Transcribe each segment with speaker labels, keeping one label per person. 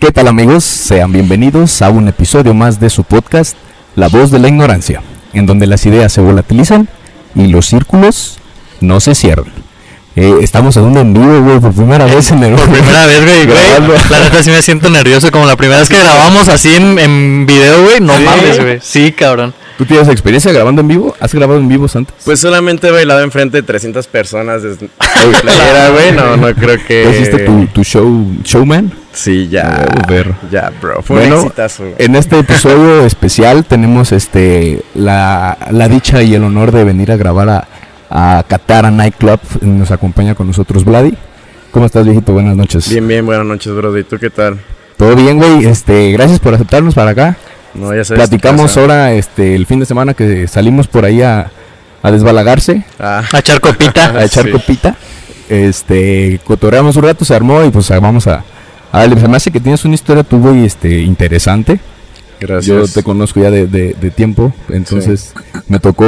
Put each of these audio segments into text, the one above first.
Speaker 1: ¿Qué tal amigos? Sean bienvenidos a un episodio más de su podcast La voz de la ignorancia, en donde las ideas se volatilizan y los círculos no se cierran. Eh, estamos en un en vivo, güey, por primera vez en el...
Speaker 2: Por primera vez, güey, güey. La neta sí me siento nervioso como la primera vez que grabamos así en, en video, güey. No
Speaker 3: Sí.
Speaker 2: mames, güey. Sí, cabrón.
Speaker 1: ¿Tú tienes experiencia grabando en vivo? ¿Has grabado en vivos antes?
Speaker 3: Pues solamente he bailado enfrente de 300 personas. Es... Playera, güey, no, no creo que.
Speaker 1: ¿Ya ¿Hiciste
Speaker 2: Eh.
Speaker 1: tu, tu show, showman?
Speaker 3: Sí, ya.
Speaker 1: Ah, perro.
Speaker 3: Ya, bro. Fue
Speaker 1: Bueno,
Speaker 3: un exitazo, güey.
Speaker 1: En este episodio especial tenemos este la, la dicha y el honor de venir a grabar a, a Qatar a Nightclub. Nos acompaña con nosotros Vladi. ¿Cómo estás, viejito? Buenas noches.
Speaker 3: Bien, bien, buenas noches, bro. ¿Y tú qué tal?
Speaker 1: Todo bien, güey. Este, gracias por aceptarnos para acá.
Speaker 3: No, ya sabes.
Speaker 1: Platicamos
Speaker 3: tu casa.
Speaker 1: ahora este el fin de semana que salimos por ahí a, a desbalagarse,
Speaker 3: Ah,
Speaker 2: A echar copita.
Speaker 1: a echar
Speaker 3: Sí.
Speaker 1: copita. Este, cotorreamos un rato, se armó y pues vamos a a darle. Se me hace que tienes una historia tu güey este interesante. Yo
Speaker 3: gracias.
Speaker 1: te conozco ya de, de- de tiempo, entonces me tocó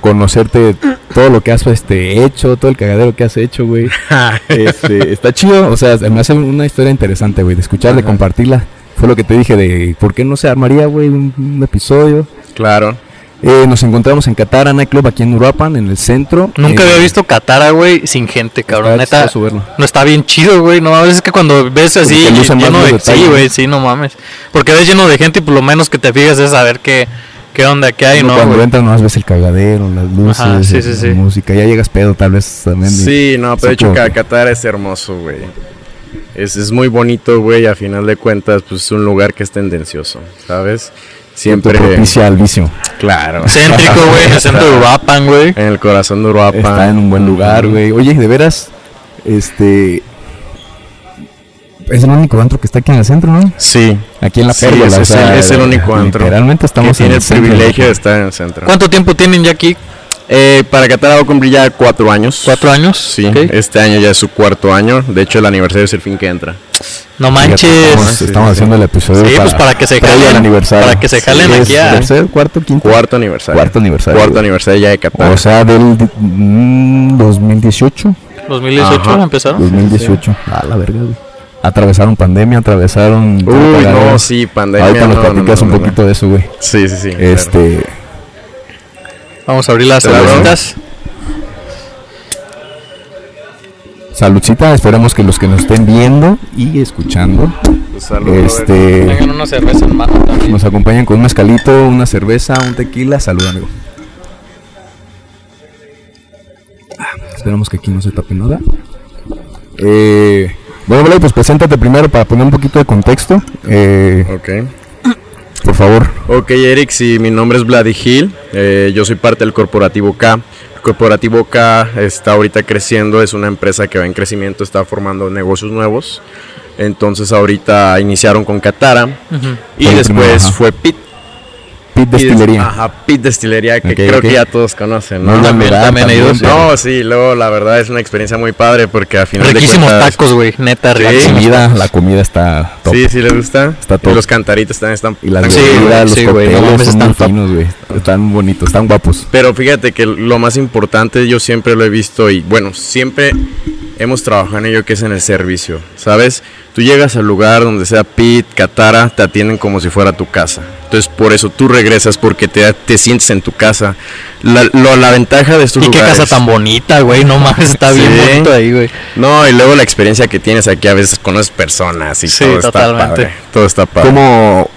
Speaker 1: conocerte todo lo que has este, hecho, todo el cagadero que has hecho, güey.
Speaker 3: Ah,
Speaker 1: Este, está chido, o sea, me hace una historia interesante, güey, de escuchar, de
Speaker 3: Ajá.
Speaker 1: compartirla. Fue lo que te dije de por qué no se armaría, güey, un, un episodio.
Speaker 3: Claro.
Speaker 1: Eh, nos encontramos en Qatar, Ana Club, aquí en Uruapan, en el centro.
Speaker 2: Nunca
Speaker 1: Eh,
Speaker 2: había visto Catara, güey, sin gente, cabrón.
Speaker 1: está
Speaker 2: Neta,
Speaker 1: chistoso verlo.
Speaker 2: no está bien chido, güey. No mames, es que cuando ves así
Speaker 1: que lucen más
Speaker 2: lleno
Speaker 1: los
Speaker 2: de... Sí,
Speaker 1: detalles,
Speaker 2: güey,
Speaker 1: ¿no?
Speaker 2: sí, no mames. Porque ves lleno de gente y por lo menos que te fijas es saber qué, qué onda que hay, ¿no?
Speaker 1: cuando
Speaker 2: güey?
Speaker 1: entras nomás ves el cagadero, las luces,
Speaker 2: Ajá, sí, sí,
Speaker 1: la
Speaker 2: sí.
Speaker 1: música. Ya llegas pedo tal vez también. y-
Speaker 3: Sí, no, pero de hecho,
Speaker 1: Supongo.
Speaker 3: Ca- Qatar es hermoso, güey. Es, es muy bonito, güey. A final de cuentas, pues es un lugar que es tendencioso, ¿sabes? Siempre.
Speaker 1: propicia al vicio.
Speaker 3: Claro.
Speaker 2: Céntrico, güey, en el centro de Uruapan, güey.
Speaker 3: En el corazón de Uruapan.
Speaker 1: Está en un buen lugar, güey. Oye, de veras, este. Es el único antro que está aquí en el centro, ¿no?
Speaker 3: Sí.
Speaker 1: Aquí en la
Speaker 3: Sí,
Speaker 1: pérgola.
Speaker 3: ese
Speaker 1: o
Speaker 3: es
Speaker 1: sea, eh,
Speaker 3: el- es el único antro
Speaker 1: Literalmente estamos
Speaker 3: que tiene el
Speaker 1: centro.
Speaker 3: privilegio de estar en el centro.
Speaker 2: ¿Cuánto tiempo tienen ya aquí?
Speaker 3: Eh, para Qatar hago cumplir ya cuatro años.
Speaker 2: ¿Cuatro años?
Speaker 3: Sí,
Speaker 2: Ok.
Speaker 3: este año ya es su cuarto año. De hecho, el aniversario es el fin que entra.
Speaker 2: No
Speaker 1: Fíjate,
Speaker 2: manches.
Speaker 1: Estamos, estamos haciendo el episodio.
Speaker 2: Sí, pues, para que se
Speaker 1: previo
Speaker 2: jalen,
Speaker 1: al aniversario.
Speaker 2: para que se jalen
Speaker 1: es
Speaker 2: aquí a-
Speaker 1: Tercer, cuarto, quinto.
Speaker 3: Cuarto aniversario.
Speaker 1: Cuarto aniversario.
Speaker 3: Cuarto aniversario ya de Qatar.
Speaker 1: O sea, del di- mm, 2018.
Speaker 2: 2018
Speaker 3: Ajá.
Speaker 2: empezaron.
Speaker 1: 2018. Ah, la verga, güey. Atravesaron pandemia, atravesaron.
Speaker 3: Uy, no, sí, pandemia.
Speaker 1: Ahorita nos
Speaker 3: no, no,
Speaker 1: platicas
Speaker 3: no,
Speaker 1: un
Speaker 3: no, no.
Speaker 1: poquito de eso, güey.
Speaker 3: Sí, sí, sí. claro.
Speaker 1: Este.
Speaker 2: Vamos a abrir las
Speaker 3: Claro.
Speaker 2: cervecitas.
Speaker 1: Saludcita, esperamos que los que nos estén viendo y escuchando
Speaker 3: Pues, salud, Roberto.
Speaker 1: este,
Speaker 2: Tengan una cerveza en mano también.
Speaker 1: nos acompañen con un mezcalito, una cerveza, un tequila. Salud, amigo. Ah, Esperamos que aquí no se tape nada. Eh, bueno, Blay, pues preséntate primero para poner un poquito de contexto. Eh,
Speaker 3: Ok.
Speaker 1: por favor.
Speaker 3: Ok, Eric, sí, mi nombre es Vladi Gil, eh, yo soy parte del Corporativo K. El Corporativo K está ahorita creciendo, es una empresa que va en crecimiento, está formando negocios nuevos. Entonces ahorita iniciaron con Catara
Speaker 2: Ujú.
Speaker 3: y
Speaker 1: Fue el
Speaker 3: después
Speaker 1: primero, ajá.
Speaker 3: fue Pit.
Speaker 1: Pit
Speaker 3: Pit-
Speaker 1: Destilería.
Speaker 3: Ajá, Pit Destilería, que
Speaker 1: Ok,
Speaker 3: creo
Speaker 1: ok.
Speaker 3: que ya todos conocen,
Speaker 1: No, ya
Speaker 3: ¿no?
Speaker 2: ah, también,
Speaker 1: me da
Speaker 2: también he
Speaker 1: también,
Speaker 2: ido,
Speaker 1: pero-
Speaker 3: No, sí, luego la verdad es una experiencia muy padre porque al final de
Speaker 2: Riquísimos
Speaker 3: cuentas-
Speaker 2: tacos, güey. Neta,
Speaker 3: Sí.
Speaker 1: La
Speaker 2: riquísimos.
Speaker 1: comida, la comida está top.
Speaker 3: Sí, sí les gusta.
Speaker 1: Está
Speaker 3: y
Speaker 1: top.
Speaker 3: los cantaritos también están,
Speaker 1: Y las
Speaker 3: están
Speaker 2: Sí,
Speaker 1: bebidas,
Speaker 2: güey,
Speaker 1: los
Speaker 2: sí, güey, no
Speaker 1: cócteles
Speaker 2: mames,
Speaker 1: son muy
Speaker 2: están top.
Speaker 1: finos, güey. Están bonitos, están guapos.
Speaker 3: Pero fíjate que lo más importante yo siempre lo he visto y bueno, siempre hemos trabajado en ello que es en el servicio, ¿sabes? Tú llegas al lugar donde sea Pit, Catara, te atienden como si fuera tu casa. Entonces por eso tú regresas porque te, te sientes en tu casa. La, lo- la ventaja de estos
Speaker 2: Y qué
Speaker 3: lugares-
Speaker 2: casa tan bonita, güey. No mames, está bien
Speaker 3: Sí.
Speaker 2: bonito ahí, güey.
Speaker 3: No, y luego la experiencia que tienes aquí a veces con las personas y
Speaker 2: Sí,
Speaker 3: todo está
Speaker 2: totalmente.
Speaker 3: padre. Todo está padre.
Speaker 1: Como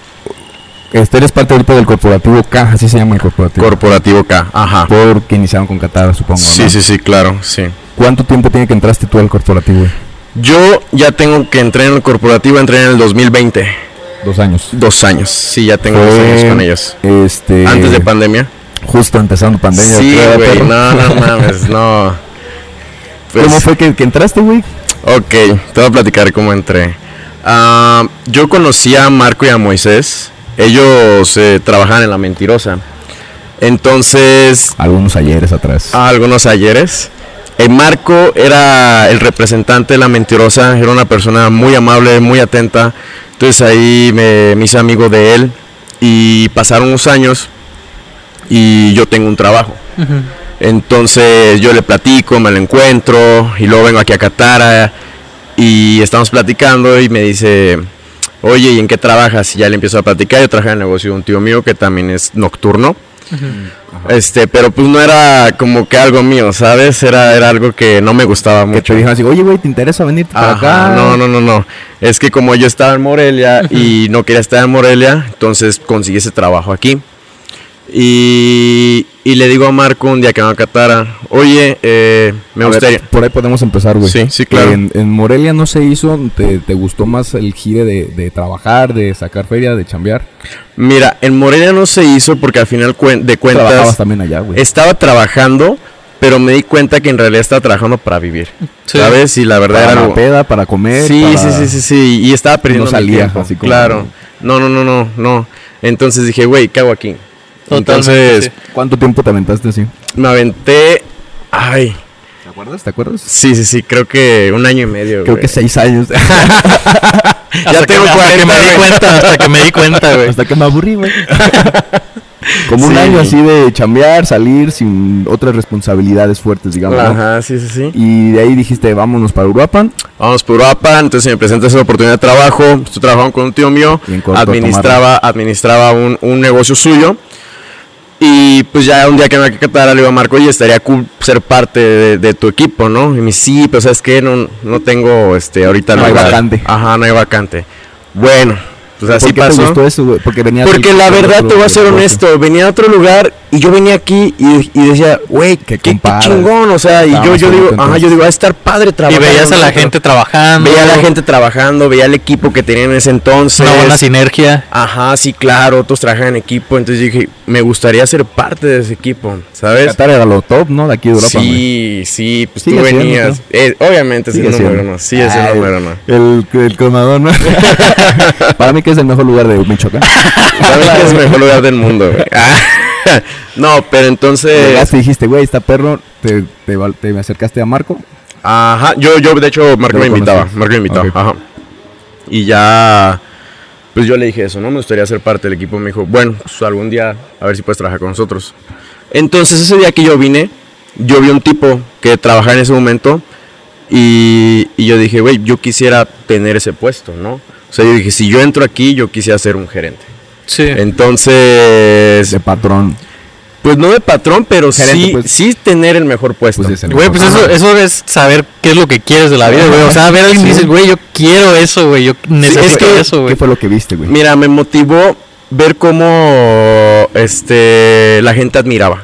Speaker 1: este eres parte ahorita del corporativo K, así se llama el corporativo.
Speaker 3: Corporativo K, ajá.
Speaker 1: porque iniciaron con Qatar, supongo. ¿no?
Speaker 3: Sí, sí, sí, claro, sí.
Speaker 1: ¿Cuánto tiempo tiene que entraste tú al corporativo? güey?
Speaker 3: Yo ya tengo que entrar en el corporativo, entré en el 2020.
Speaker 1: Dos años.
Speaker 3: Dos años, sí, ya tengo dos
Speaker 1: Fue,
Speaker 3: años con ellos.
Speaker 1: Este,
Speaker 3: Antes de pandemia.
Speaker 1: Justo empezando pandemia.
Speaker 3: sí,
Speaker 1: creo,
Speaker 3: güey,
Speaker 1: perro.
Speaker 3: no, no mames, no. Pues,
Speaker 1: ¿Cómo fue que, que entraste, güey?
Speaker 3: Ok, te voy a platicar cómo entré. Ah, yo conocí a Marco y a Moisés. Ellos eh, trabajaban en La Mentirosa. Entonces,
Speaker 1: Algunos ayeres atrás.
Speaker 3: a Ah, algunos ayeres. Eh, Marco era el representante de la mentirosa, era una persona muy amable, muy atenta. Entonces ahí me, me hice amigo de él y pasaron unos años y yo tengo un trabajo. Entonces yo le platico, me lo encuentro y luego vengo aquí a Catara y estamos platicando y me dice, oye, ¿y en qué trabajas? Y ya le empiezo a platicar. Yo trabajaba en el negocio de un tío mío que también es nocturno. Este, pero pues no era como que algo mío, ¿sabes? Era, era algo que no me gustaba
Speaker 1: Que te
Speaker 3: mucho.
Speaker 1: dijeron así, oye, güey, ¿te interesa venirte para
Speaker 3: Ajá,
Speaker 1: acá?
Speaker 3: No, no, no, no. Es que como yo estaba en Morelia y no quería estar en Morelia, entonces conseguí ese trabajo aquí. Y, y le digo a Marco un día que me va a Catara, oye, eh, me
Speaker 1: A ver,
Speaker 3: gustaría...
Speaker 1: por ahí podemos empezar, güey.
Speaker 3: Sí, sí, claro.
Speaker 1: En, en Morelia no se hizo, ¿te, te gustó más el gire de, de trabajar, de sacar feria, de chambear?
Speaker 3: Mira, en Morelia no se hizo porque al final cuen- de
Speaker 1: Trabajabas
Speaker 3: cuentas
Speaker 1: también allá, güey.
Speaker 3: estaba trabajando, pero me di cuenta que en realidad estaba trabajando para vivir,
Speaker 2: Sí.
Speaker 3: ¿sabes? Y la verdad
Speaker 1: Para
Speaker 3: era
Speaker 1: la
Speaker 3: algo-
Speaker 1: peda, para comer.
Speaker 3: Sí,
Speaker 1: para-
Speaker 3: sí, sí, sí, sí, y estaba perdiendo mi
Speaker 1: salía,
Speaker 3: tiempo,
Speaker 1: así como-
Speaker 3: claro. No, no, no, no, no. Entonces dije, güey, ¿qué hago aquí?
Speaker 2: Totalmente,
Speaker 3: Entonces
Speaker 2: sí.
Speaker 1: ¿Cuánto tiempo te aventaste así?
Speaker 3: me aventé, ay,
Speaker 1: ¿Te acuerdas? ¿Te acuerdas?
Speaker 3: sí, sí, sí, creo que un año y medio.
Speaker 1: Creo
Speaker 3: güey.
Speaker 1: que seis años.
Speaker 3: Ya tengo
Speaker 2: que, hasta que me
Speaker 3: 40,
Speaker 2: di
Speaker 3: güey.
Speaker 2: cuenta, hasta que me di cuenta, güey.
Speaker 1: Hasta que me aburrí, güey. Como un
Speaker 3: Sí.
Speaker 1: año así de chambear, salir sin otras responsabilidades fuertes, digamos. ¿no?
Speaker 3: Ajá, sí, sí, sí.
Speaker 1: Y de ahí dijiste, vámonos para Uruapan.
Speaker 3: Vamos por UAPA, entonces me presenta esa oportunidad de trabajo. Estoy trabajando con un tío mío,
Speaker 1: Y en corto a
Speaker 3: administraba, administraba un, un negocio suyo. Y pues ya un día que me acatara le digo a Marco, oye, estaría cool ser parte de, de tu equipo, ¿no? Y me dice, sí, pero ¿sabes qué? No, no tengo, este, ahorita
Speaker 1: No hay
Speaker 3: lugar".
Speaker 1: vacante.
Speaker 3: Ajá, no hay vacante. Bueno, pues así
Speaker 1: ¿Por qué
Speaker 3: pasó.
Speaker 1: te gustó eso, güey? Porque venía
Speaker 3: Porque
Speaker 1: del-
Speaker 3: la
Speaker 1: del
Speaker 3: verdad,
Speaker 1: otro-
Speaker 3: te voy a ser
Speaker 1: del otro.
Speaker 3: honesto, venía a otro lugar y yo venía aquí y, y decía, güey, qué, qué
Speaker 1: comparas.
Speaker 3: chingón, o sea, y
Speaker 1: Estaba
Speaker 3: yo,
Speaker 1: más
Speaker 3: yo digo,
Speaker 1: bonito
Speaker 3: ajá, yo
Speaker 1: entonces.
Speaker 3: digo, va a estar padre
Speaker 2: Y
Speaker 3: trabajar.
Speaker 2: veías
Speaker 3: en
Speaker 2: a la
Speaker 3: otro-
Speaker 2: gente trabajando.
Speaker 3: Veía a la gente trabajando, veía el equipo que tenían en ese entonces.
Speaker 2: Una buena sinergia.
Speaker 3: Ajá, sí, claro, otros trabajan en equipo. Entonces dije, me gustaría ser parte de ese equipo, ¿sabes?
Speaker 1: Qatar era lo top, ¿no? De aquí de Europa, güey.
Speaker 3: sí, sí, pues
Speaker 1: Sigue
Speaker 3: tú
Speaker 1: siendo,
Speaker 3: venías.
Speaker 1: ¿no?
Speaker 3: Eh, obviamente es
Speaker 1: Sigue
Speaker 3: el número
Speaker 1: siendo.
Speaker 3: uno. Sí, es
Speaker 1: Ay,
Speaker 3: el número uno.
Speaker 1: El, el cromador, ¿no? Para mí que es el mejor lugar de Michoacán.
Speaker 3: Para mí que es el mejor lugar del mundo, güey. Ah, no, pero entonces.
Speaker 1: Llegaste y dijiste, güey, está perro, te, te, val- te me acercaste a Marco.
Speaker 3: Ajá, yo, yo de hecho, Marco
Speaker 1: Lo
Speaker 3: me invitaba.
Speaker 1: conoces.
Speaker 3: Marco me invitaba,
Speaker 1: Ok.
Speaker 3: ajá. Y ya. Pues yo le dije eso, ¿no? Me gustaría ser parte del equipo. Me dijo, bueno, pues algún día a ver si puedes trabajar con nosotros. Entonces, ese día que yo vine, yo vi un tipo que trabajaba en ese momento. Y, y yo dije, güey, yo quisiera tener ese puesto, ¿no? O sea, yo dije, si yo entro aquí, yo quisiera ser un gerente.
Speaker 2: Sí.
Speaker 3: Entonces,
Speaker 1: De patrón.
Speaker 3: pues no de patrón, pero
Speaker 1: Gerente,
Speaker 3: sí,
Speaker 1: pues.
Speaker 3: sí tener el mejor puesto.
Speaker 1: Pues es el
Speaker 2: Güey, pues
Speaker 1: mejor.
Speaker 2: eso, eso es saber qué es lo que quieres de la vida, güey. O sea, ver a alguien y
Speaker 1: Sí.
Speaker 2: dices, güey, yo quiero eso, güey. Yo necesito
Speaker 3: es que-
Speaker 2: eso,
Speaker 1: ¿Qué
Speaker 2: güey.
Speaker 1: fue lo que viste, güey?
Speaker 3: Mira, me motivó ver cómo este la gente admiraba.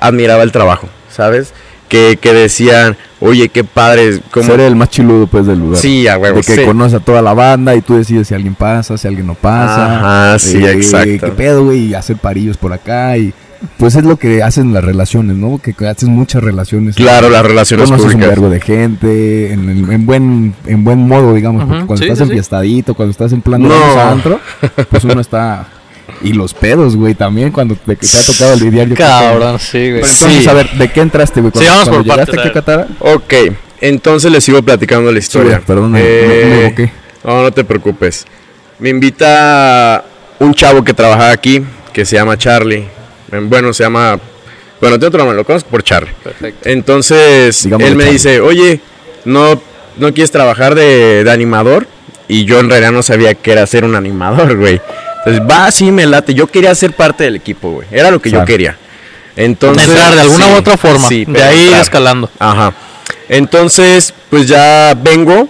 Speaker 3: Admiraba el trabajo, ¿sabes? Que, que decían, oye, qué padre, como
Speaker 1: Ser el más chiludo, pues, del lugar.
Speaker 3: sí, a huevo,
Speaker 1: de que
Speaker 3: sí.
Speaker 1: conoces a toda la banda y tú decides si alguien pasa, si alguien no pasa. Eh,
Speaker 3: Ajá, sí, exacto.
Speaker 1: ¿Qué pedo, güey? Y hacer parillos por acá. y Pues es lo que hacen las relaciones, ¿no? Que haces muchas relaciones.
Speaker 3: Claro, las relaciones
Speaker 1: Conoces un
Speaker 3: públicas.
Speaker 1: verbo de gente, en, en- en buen, en buen modo, digamos.
Speaker 2: Ajá,
Speaker 1: porque cuando
Speaker 2: sí,
Speaker 1: estás
Speaker 2: sí, sí.
Speaker 1: enfiestadito, cuando estás en plan de
Speaker 3: No.
Speaker 1: vamos a antro, pues uno está... Y los pedos, güey, también cuando te, que te ha tocado lidiar. yo creo que-
Speaker 2: Cabrón, sí, güey.
Speaker 1: Pero entonces,
Speaker 2: Sí.
Speaker 1: a ver, ¿de qué entraste, güey? Cuando,
Speaker 2: Sí, vamos
Speaker 1: cuando
Speaker 2: por partes,
Speaker 1: llegaste aquí a
Speaker 2: a
Speaker 1: Catara...
Speaker 3: Ok, entonces les sigo platicando la
Speaker 1: Sí, güey,
Speaker 3: historia.
Speaker 1: perdón, me-
Speaker 3: Eh,
Speaker 1: me, me equivoqué.
Speaker 3: No, no te preocupes. Me invita un chavo que trabajaba aquí, que se llama Charlie. Em, Bueno, se llama. Bueno, te otro nombre, lo conozco por Charlie.
Speaker 2: Perfecto.
Speaker 3: Entonces,
Speaker 1: Digámosle
Speaker 3: él me
Speaker 1: Charlie.
Speaker 3: dice, oye, ¿no, ¿no quieres trabajar de, de animador? Y yo en realidad no sabía que era ser un animador, güey. Entonces, va, sí, me late. Yo quería ser parte del equipo, güey. Era lo que
Speaker 1: Claro.
Speaker 3: yo quería. Entonces,
Speaker 2: entrar de alguna
Speaker 3: sí,
Speaker 2: u otra forma.
Speaker 3: sí,
Speaker 2: de
Speaker 3: pero
Speaker 2: ahí
Speaker 3: entrar.
Speaker 2: escalando.
Speaker 3: Ajá. Entonces, pues ya vengo.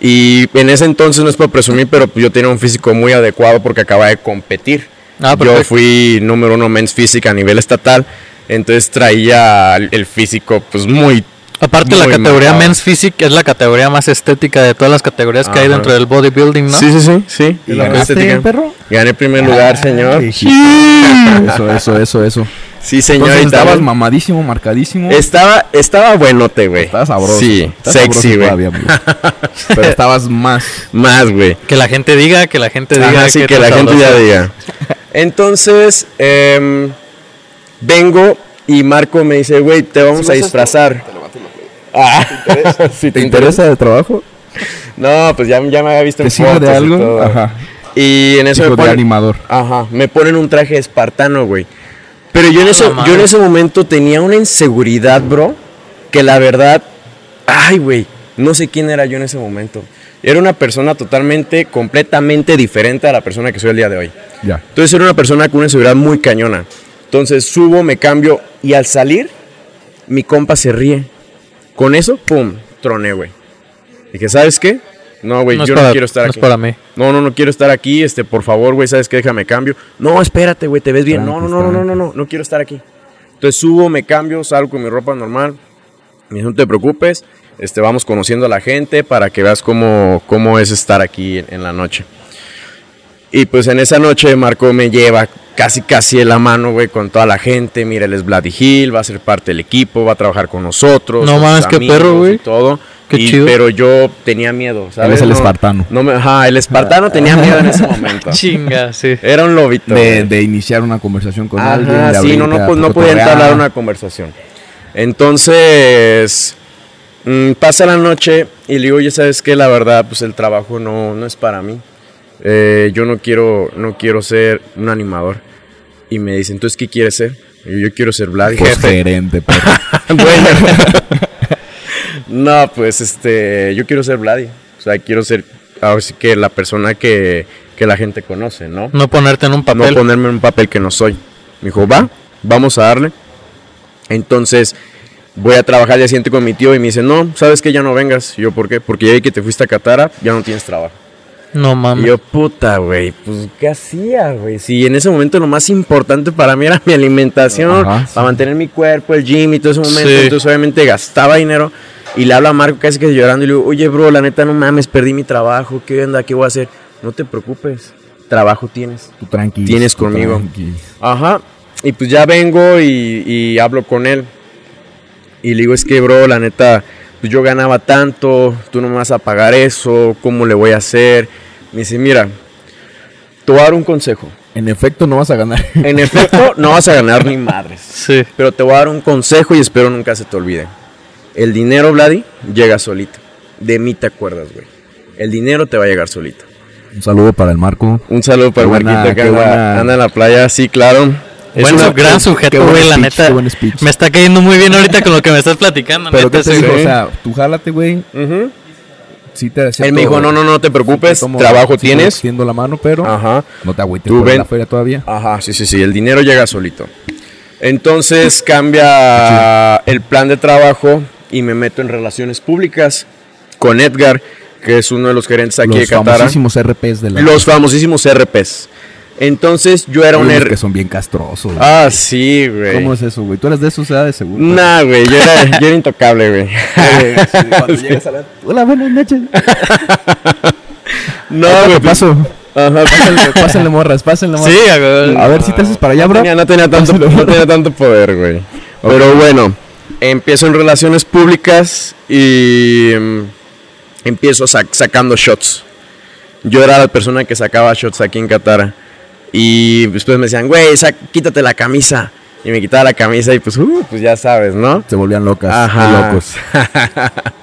Speaker 3: Y en ese entonces no es por presumir, pero pues yo tenía un físico muy adecuado porque acababa de competir.
Speaker 2: Ah,
Speaker 3: yo
Speaker 2: perfecto.
Speaker 3: fui número uno men's física a nivel estatal. Entonces traía el el físico pues muy...
Speaker 2: Aparte, la
Speaker 3: muy
Speaker 2: categoría
Speaker 3: marcado.
Speaker 2: Men's Physique es la categoría más estética de todas las categorías que hay
Speaker 3: Ajá.
Speaker 2: dentro del bodybuilding, ¿no?
Speaker 3: Sí, sí, sí, sí.
Speaker 1: ¿Y
Speaker 3: Gané
Speaker 1: ganaste,
Speaker 3: estética.
Speaker 1: perro? Ah,
Speaker 3: Gané primer lugar, señor.
Speaker 1: Ay, Eso, eso, eso, eso.
Speaker 3: Sí, señor.
Speaker 1: Entonces
Speaker 3: y
Speaker 1: estabas
Speaker 3: también-
Speaker 1: mamadísimo, marcadísimo.
Speaker 3: estaba, estaba buenote, güey.
Speaker 1: Estabas sabroso.
Speaker 3: Sí,
Speaker 1: Estabas
Speaker 3: sexy,
Speaker 1: sabroso
Speaker 3: güey.
Speaker 1: todavía, amigo. Pero estabas más.
Speaker 3: Más, güey.
Speaker 2: Que la gente diga, que la gente diga.
Speaker 3: Ajá, sí, que
Speaker 2: tan
Speaker 3: la gente
Speaker 2: sabroso.
Speaker 3: ya diga. Entonces, em, vengo y Marco me dice, güey, te vamos a disfrazar. Ah, si
Speaker 1: ¿Te interesa el trabajo?
Speaker 3: No, pues ya, ya me había visto
Speaker 1: ¿Te
Speaker 3: en
Speaker 1: sirve
Speaker 3: fotos
Speaker 1: de
Speaker 3: y
Speaker 1: algo?
Speaker 3: todo.
Speaker 1: Ajá.
Speaker 3: Y en eso
Speaker 1: Hijo
Speaker 3: me
Speaker 1: de
Speaker 3: ponen,
Speaker 1: animador.
Speaker 3: ajá, me ponen un traje espartano, güey. Pero yo en,
Speaker 2: A
Speaker 3: eso,
Speaker 2: la
Speaker 3: yo en
Speaker 2: madre.
Speaker 3: ese momento tenía una inseguridad, bro, que la verdad, ay, güey, no sé quién era yo en ese momento. Era una persona totalmente, completamente diferente a la persona que soy el día de hoy.
Speaker 1: Ya.
Speaker 3: Entonces era una persona con una seguridad muy cañona. Entonces subo, me cambio y al salir, mi compa se ríe. Con eso, pum, troné, güey. Dije, ¿sabes qué? No, güey,
Speaker 2: No es
Speaker 3: yo
Speaker 2: para-
Speaker 3: no quiero estar
Speaker 2: no es
Speaker 3: aquí.
Speaker 2: para mí.
Speaker 3: No, no, no quiero estar aquí, este, por favor, güey, ¿sabes qué? Déjame cambio. No, espérate, güey, te ves bien. No, no,
Speaker 1: Tranquis,
Speaker 3: no, no, no, no, no, no quiero estar aquí. Entonces subo, me cambio, salgo con mi ropa normal. Me dice, no te preocupes, este, vamos conociendo a la gente para que veas cómo, cómo es estar aquí en, en la noche. Y pues en esa noche Marco me lleva casi casi de la mano, güey, con toda la gente. Mira, él es Vladi Hill, va a ser parte del equipo, va a trabajar con nosotros.
Speaker 2: No
Speaker 3: con sus
Speaker 2: mames, qué
Speaker 3: amigos
Speaker 2: perro,
Speaker 3: y
Speaker 2: güey.
Speaker 3: Todo.
Speaker 2: Qué
Speaker 3: Y-
Speaker 2: chido.
Speaker 3: Pero yo tenía miedo, ¿sabes?
Speaker 1: es el
Speaker 3: No-
Speaker 1: espartano.
Speaker 3: No me, ajá, el espartano tenía miedo en ese momento.
Speaker 2: Chinga, sí.
Speaker 3: Era un lobito.
Speaker 1: De,
Speaker 3: güey.
Speaker 1: de iniciar una conversación con
Speaker 3: Ajá,
Speaker 1: alguien. de
Speaker 3: sí, no, no,
Speaker 1: abrirte a
Speaker 3: pues, no podía
Speaker 1: cotorrear.
Speaker 3: entablar una conversación. Entonces, mm, pasa la noche y le digo, oye, ¿sabes qué? La verdad, pues el trabajo no, no es para mí. Eh, yo no quiero, no quiero ser un animador. Y me dice, entonces, ¿qué quieres ser? Y yo, yo quiero ser Vlad.
Speaker 1: Pues gerente, pero
Speaker 3: Bueno. no, pues este, yo quiero ser Vladi. O sea, quiero ser, ahora sí que la persona que, que la gente conoce, ¿no?
Speaker 2: No ponerte en un papel.
Speaker 3: No ponerme en un papel que no soy. Me dijo, va, vamos a darle. Entonces, voy a trabajar ya siguiente con mi tío y me dice, no, ¿sabes que Ya no vengas. Y yo, ¿por qué? Porque ya vi que te fuiste a Catara, ya no tienes trabajo.
Speaker 2: no mames.
Speaker 3: Y yo, puta, güey, pues, ¿qué hacía, güey? Si en ese momento lo más importante para mí era mi alimentación,
Speaker 1: Ajá, sí.
Speaker 3: para mantener mi cuerpo, el gym y todo ese momento.
Speaker 2: Sí.
Speaker 3: Entonces, obviamente, gastaba dinero. Y le habla a Marco casi que llorando y le digo, oye, bro, la neta, no mames, perdí mi trabajo, ¿qué onda? ¿Qué voy a hacer? No te preocupes, trabajo tienes.
Speaker 1: tú tranquilo.
Speaker 3: Tienes
Speaker 1: tú
Speaker 3: conmigo.
Speaker 1: tranquilo.
Speaker 3: Ajá. Y pues ya vengo y, y hablo con él. Y le digo, es que, bro, la neta, pues yo ganaba tanto, tú no me vas a pagar eso, ¿cómo le voy a hacer? Me dice, mira, te voy a dar un consejo.
Speaker 1: En efecto, no vas a ganar.
Speaker 3: En efecto, no vas a ganar ni madres.
Speaker 2: Sí.
Speaker 3: Pero te voy a dar un consejo y espero nunca se te olvide. El dinero, Vladi, llega solito. De mí te acuerdas, güey. El dinero te va a llegar solito.
Speaker 1: Un saludo para el Marco.
Speaker 3: Un saludo para
Speaker 1: Qué buena-
Speaker 3: Marquito que
Speaker 1: qué
Speaker 3: anda,
Speaker 1: buena-
Speaker 3: anda en la playa, sí, claro. Es
Speaker 2: Buen
Speaker 3: una-
Speaker 2: su- gran
Speaker 1: qué
Speaker 2: sujeto,
Speaker 1: buen
Speaker 2: güey, la
Speaker 1: speech,
Speaker 2: neta.
Speaker 1: qué buen speech.
Speaker 2: Me está cayendo muy bien ahorita con lo que me estás platicando,
Speaker 1: Pero
Speaker 2: neta.
Speaker 1: ¿qué te
Speaker 2: ese
Speaker 1: dijo? O
Speaker 2: güey.
Speaker 1: sea, tú jálate, güey.
Speaker 3: Ujú.
Speaker 1: Sí te
Speaker 3: Él me dijo, no, no, no, no te preocupes,
Speaker 1: Como-
Speaker 3: trabajo
Speaker 1: sí,
Speaker 3: tienes.
Speaker 1: Extiendo la mano, pero
Speaker 3: Ajá.
Speaker 1: no te agüites
Speaker 3: Tú
Speaker 1: por
Speaker 3: ven.
Speaker 1: la feria todavía.
Speaker 3: Ajá, sí, sí, sí, el dinero llega solito. Entonces cambia el plan de trabajo y me meto en relaciones públicas con Edgar, que es uno de los gerentes aquí de
Speaker 1: Los
Speaker 3: Catara.
Speaker 1: famosísimos RPs de la
Speaker 3: Los famosísimos RPs. Entonces yo era un
Speaker 1: Unos que
Speaker 3: R.
Speaker 1: son bien castrosos. güey.
Speaker 3: Ah, sí, güey.
Speaker 1: ¿Cómo es eso, güey? Tú eres de esos, edad de seguro.
Speaker 3: Nah, güey, yo era, yo era intocable, güey.
Speaker 1: Cuando llegas a la... Hola, buenas noches.
Speaker 3: No,
Speaker 1: Te
Speaker 3: güey.
Speaker 1: paso.
Speaker 3: Ajá,
Speaker 1: Pásenle, pásenle morras, pásenle morras.
Speaker 2: Sí, a ver.
Speaker 1: A ver si te haces para allá,
Speaker 3: No
Speaker 1: bro.
Speaker 3: tenía, no tenía tanto,
Speaker 1: Pásalo.
Speaker 3: no tenía tanto poder, güey. Pero bueno, empiezo en relaciones públicas y mm, empiezo sac- sacando shots. Yo era la persona que sacaba shots aquí en Qatar. Y después me decían, güey, sa- quítate la camisa. Y me quitaba la camisa y pues, uh, pues ya sabes, ¿no?
Speaker 1: Se volvían locas.
Speaker 3: Ajá.
Speaker 1: Locos.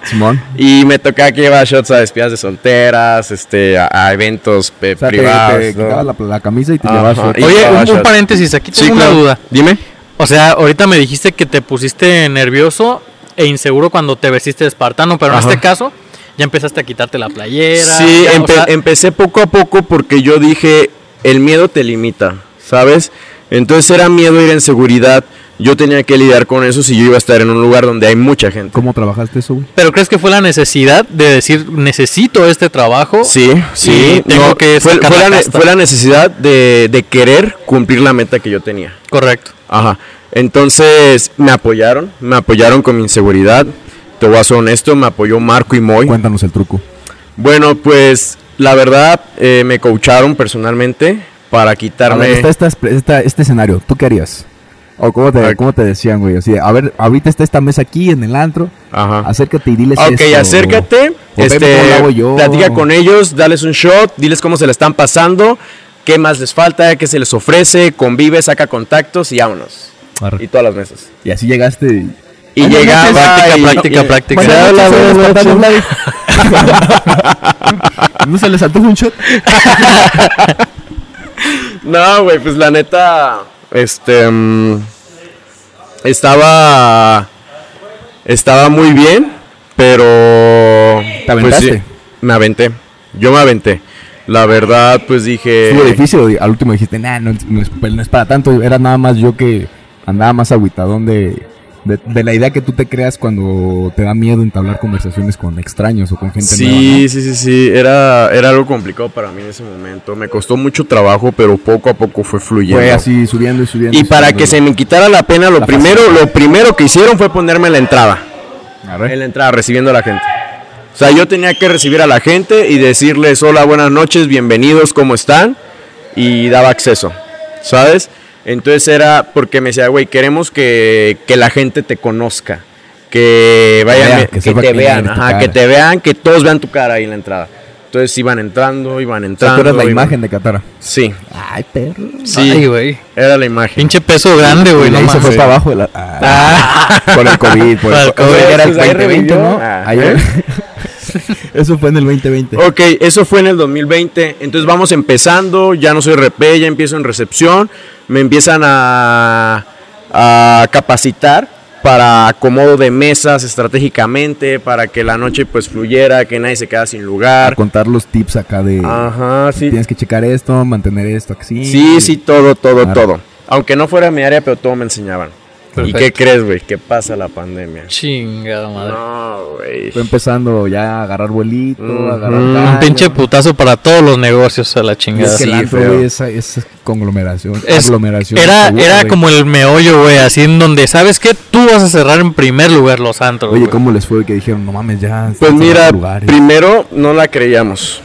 Speaker 1: Simón.
Speaker 3: Y me tocaba que llevaba shots a despidas de solteras, este, a, a eventos pe-
Speaker 1: O sea, te,
Speaker 3: privados.
Speaker 1: te
Speaker 3: ¿no?
Speaker 1: quitabas la, la camisa y te
Speaker 3: Ajá.
Speaker 1: llevabas otro.
Speaker 3: Y
Speaker 2: Oye,
Speaker 3: estaba
Speaker 2: un- un,
Speaker 3: shot.
Speaker 2: paréntesis, aquí tengo
Speaker 3: Sí,
Speaker 2: una
Speaker 3: claro.
Speaker 2: duda.
Speaker 3: Dime.
Speaker 2: O sea, ahorita me dijiste que te pusiste nervioso e inseguro cuando te vestiste de espartano, pero en
Speaker 3: Ajá.
Speaker 2: este caso ya empezaste a quitarte la playera.
Speaker 3: Sí,
Speaker 2: ya, o
Speaker 3: empe-
Speaker 2: sea,
Speaker 3: empecé poco a poco porque yo dije, el miedo te limita, ¿sabes? Entonces era miedo ir en seguridad. Yo tenía que lidiar con eso si yo iba a estar en un lugar donde hay mucha gente.
Speaker 1: ¿Cómo trabajaste eso, güey?
Speaker 2: pero crees que fue la necesidad de decir necesito este trabajo.
Speaker 3: Sí, sí.
Speaker 2: Y tengo que
Speaker 3: fue,
Speaker 2: sacar
Speaker 3: fue
Speaker 2: la
Speaker 3: la ne-
Speaker 2: casta.
Speaker 3: fue la necesidad de, de querer cumplir la meta que yo tenía.
Speaker 2: Correcto.
Speaker 3: Ajá. Entonces me apoyaron, me apoyaron con mi inseguridad. Te voy a ser honesto, me apoyó Marco y Moy.
Speaker 1: Cuéntanos el truco.
Speaker 3: Bueno, pues la verdad eh, me coacharon personalmente para
Speaker 1: A
Speaker 3: quitarme...
Speaker 1: ver, está, esta- esta- este escenario. ¿Tú qué harías? ¿O cómo
Speaker 3: A
Speaker 1: te,
Speaker 3: ver.
Speaker 1: cómo te decían, güey? Así, de, a ver, ahorita está esta mesa aquí en el antro.
Speaker 3: Ajá.
Speaker 1: Acércate y diles
Speaker 3: Ah. Ok,
Speaker 1: esto.
Speaker 3: acércate,
Speaker 1: O veme
Speaker 3: este,
Speaker 1: cómo lo hago yo.
Speaker 3: platica con ellos, dales un shot, diles cómo se le están pasando, qué más les falta, qué se les ofrece, convive, saca contactos y vámonos.
Speaker 1: Arre.
Speaker 3: Y todas las mesas.
Speaker 1: Y así llegaste. y-
Speaker 3: Y
Speaker 1: Buenas
Speaker 3: llegaba
Speaker 2: noches.
Speaker 3: y-
Speaker 2: Práctica,
Speaker 1: eh,
Speaker 3: y-
Speaker 2: práctica,
Speaker 3: Se
Speaker 1: Buenas
Speaker 2: práctica.
Speaker 3: habla,
Speaker 1: noches, soy
Speaker 3: buenas
Speaker 1: Espartano
Speaker 3: noches.
Speaker 1: Vladi. ¿No se les saltó un shot?
Speaker 3: No, güey, pues la neta, este, mm, estaba, estaba muy bien, pero
Speaker 1: Te aventaste.
Speaker 3: pues sí, me aventé. Yo me aventé. La verdad, pues dije.
Speaker 1: ¿Estuvo difícil? o Al último dijiste, nah, no, no es, pues, no es para tanto. Era nada más yo que andaba más agüitadón de, de, de la idea que tú te creas cuando te da miedo entablar conversaciones con extraños o con gente
Speaker 3: sí,
Speaker 1: nueva. ¿no?
Speaker 3: sí, sí, sí. Era, era algo complicado para mí en ese momento. Me costó mucho trabajo, pero poco a poco fue fluyendo.
Speaker 1: Fue así subiendo y subiendo.
Speaker 3: Y para
Speaker 1: subiendo.
Speaker 3: que se me quitara la pena, lo
Speaker 1: La
Speaker 3: primero,
Speaker 1: facilidad.
Speaker 3: lo primero que hicieron fue ponerme en la entrada.
Speaker 1: Arre.
Speaker 3: En la entrada, recibiendo a la gente. O sea, yo tenía que recibir a la gente y decirles hola, buenas noches, bienvenidos, ¿cómo están? Y daba acceso, ¿sabes? Entonces era porque me decía, güey, queremos que, que la gente te conozca, que vayan,
Speaker 1: Vea, que
Speaker 3: que,
Speaker 1: sepa
Speaker 3: te
Speaker 1: quién
Speaker 3: vean,
Speaker 1: eres tu
Speaker 3: ajá,
Speaker 1: cara.
Speaker 3: que te vean, que todos vean tu cara ahí en la entrada. Entonces iban entrando, iban
Speaker 1: O sea,
Speaker 3: entrando.
Speaker 1: tú eras la
Speaker 3: iban-
Speaker 1: imagen de Catara.
Speaker 3: Sí,
Speaker 1: Ay, perro.
Speaker 3: sí,
Speaker 2: Ay, güey.
Speaker 3: era la imagen.
Speaker 2: Pinche peso grande, güey.
Speaker 1: y
Speaker 2: No
Speaker 1: ahí se
Speaker 2: mames.
Speaker 1: fue para abajo. de la- ah,
Speaker 2: Ah.
Speaker 1: Por el COVID. Por el
Speaker 2: Por el
Speaker 1: Era el
Speaker 3: Pues ahí
Speaker 1: 2020,
Speaker 3: revivió.
Speaker 1: ¿no?
Speaker 3: Ah. Oh,
Speaker 1: Ahí- Eso fue en el 2020.
Speaker 3: Ok, eso fue en el 2020. Entonces vamos empezando, ya no soy RP, ya empiezo en recepción. Me empiezan a, a capacitar para acomodo de mesas estratégicamente, para que la noche pues fluyera, que nadie se queda sin
Speaker 1: A
Speaker 3: lugar.
Speaker 1: contar los tips acá de.
Speaker 3: Ajá, sí.
Speaker 1: Ah, Tienes que checar esto, mantener esto así.
Speaker 3: Sí, sí, todo, todo,
Speaker 1: Claro.
Speaker 3: todo. Aunque no fuera mi área, pero todo me enseñaban. ¿Y qué
Speaker 2: Perfecto.
Speaker 3: crees, güey? ¿Qué pasa la pandemia?
Speaker 2: Chingada madre.
Speaker 3: No, güey.
Speaker 1: Fue empezando ya a agarrar vuelito,
Speaker 3: Mm,
Speaker 1: a agarrar.
Speaker 3: Ujú.
Speaker 1: callo.
Speaker 2: Mm, Un pinche putazo para todos los negocios a la
Speaker 1: Y
Speaker 2: chingada.
Speaker 1: Es que el
Speaker 3: Sí,
Speaker 1: antro,
Speaker 3: feo.
Speaker 1: güey, esa, esa conglomeración.
Speaker 2: Es-
Speaker 1: aglomeración
Speaker 2: era
Speaker 1: segura,
Speaker 2: era
Speaker 1: güey.
Speaker 2: como el meollo, güey, así en donde, ¿sabes qué? Tú vas a cerrar en primer lugar los antros,
Speaker 1: Oye,
Speaker 2: güey.
Speaker 1: ¿cómo les fue que dijeron, no mames, ya?
Speaker 3: Pues
Speaker 1: están
Speaker 3: mira,
Speaker 1: cerrando lugares"?
Speaker 3: primero no la creíamos,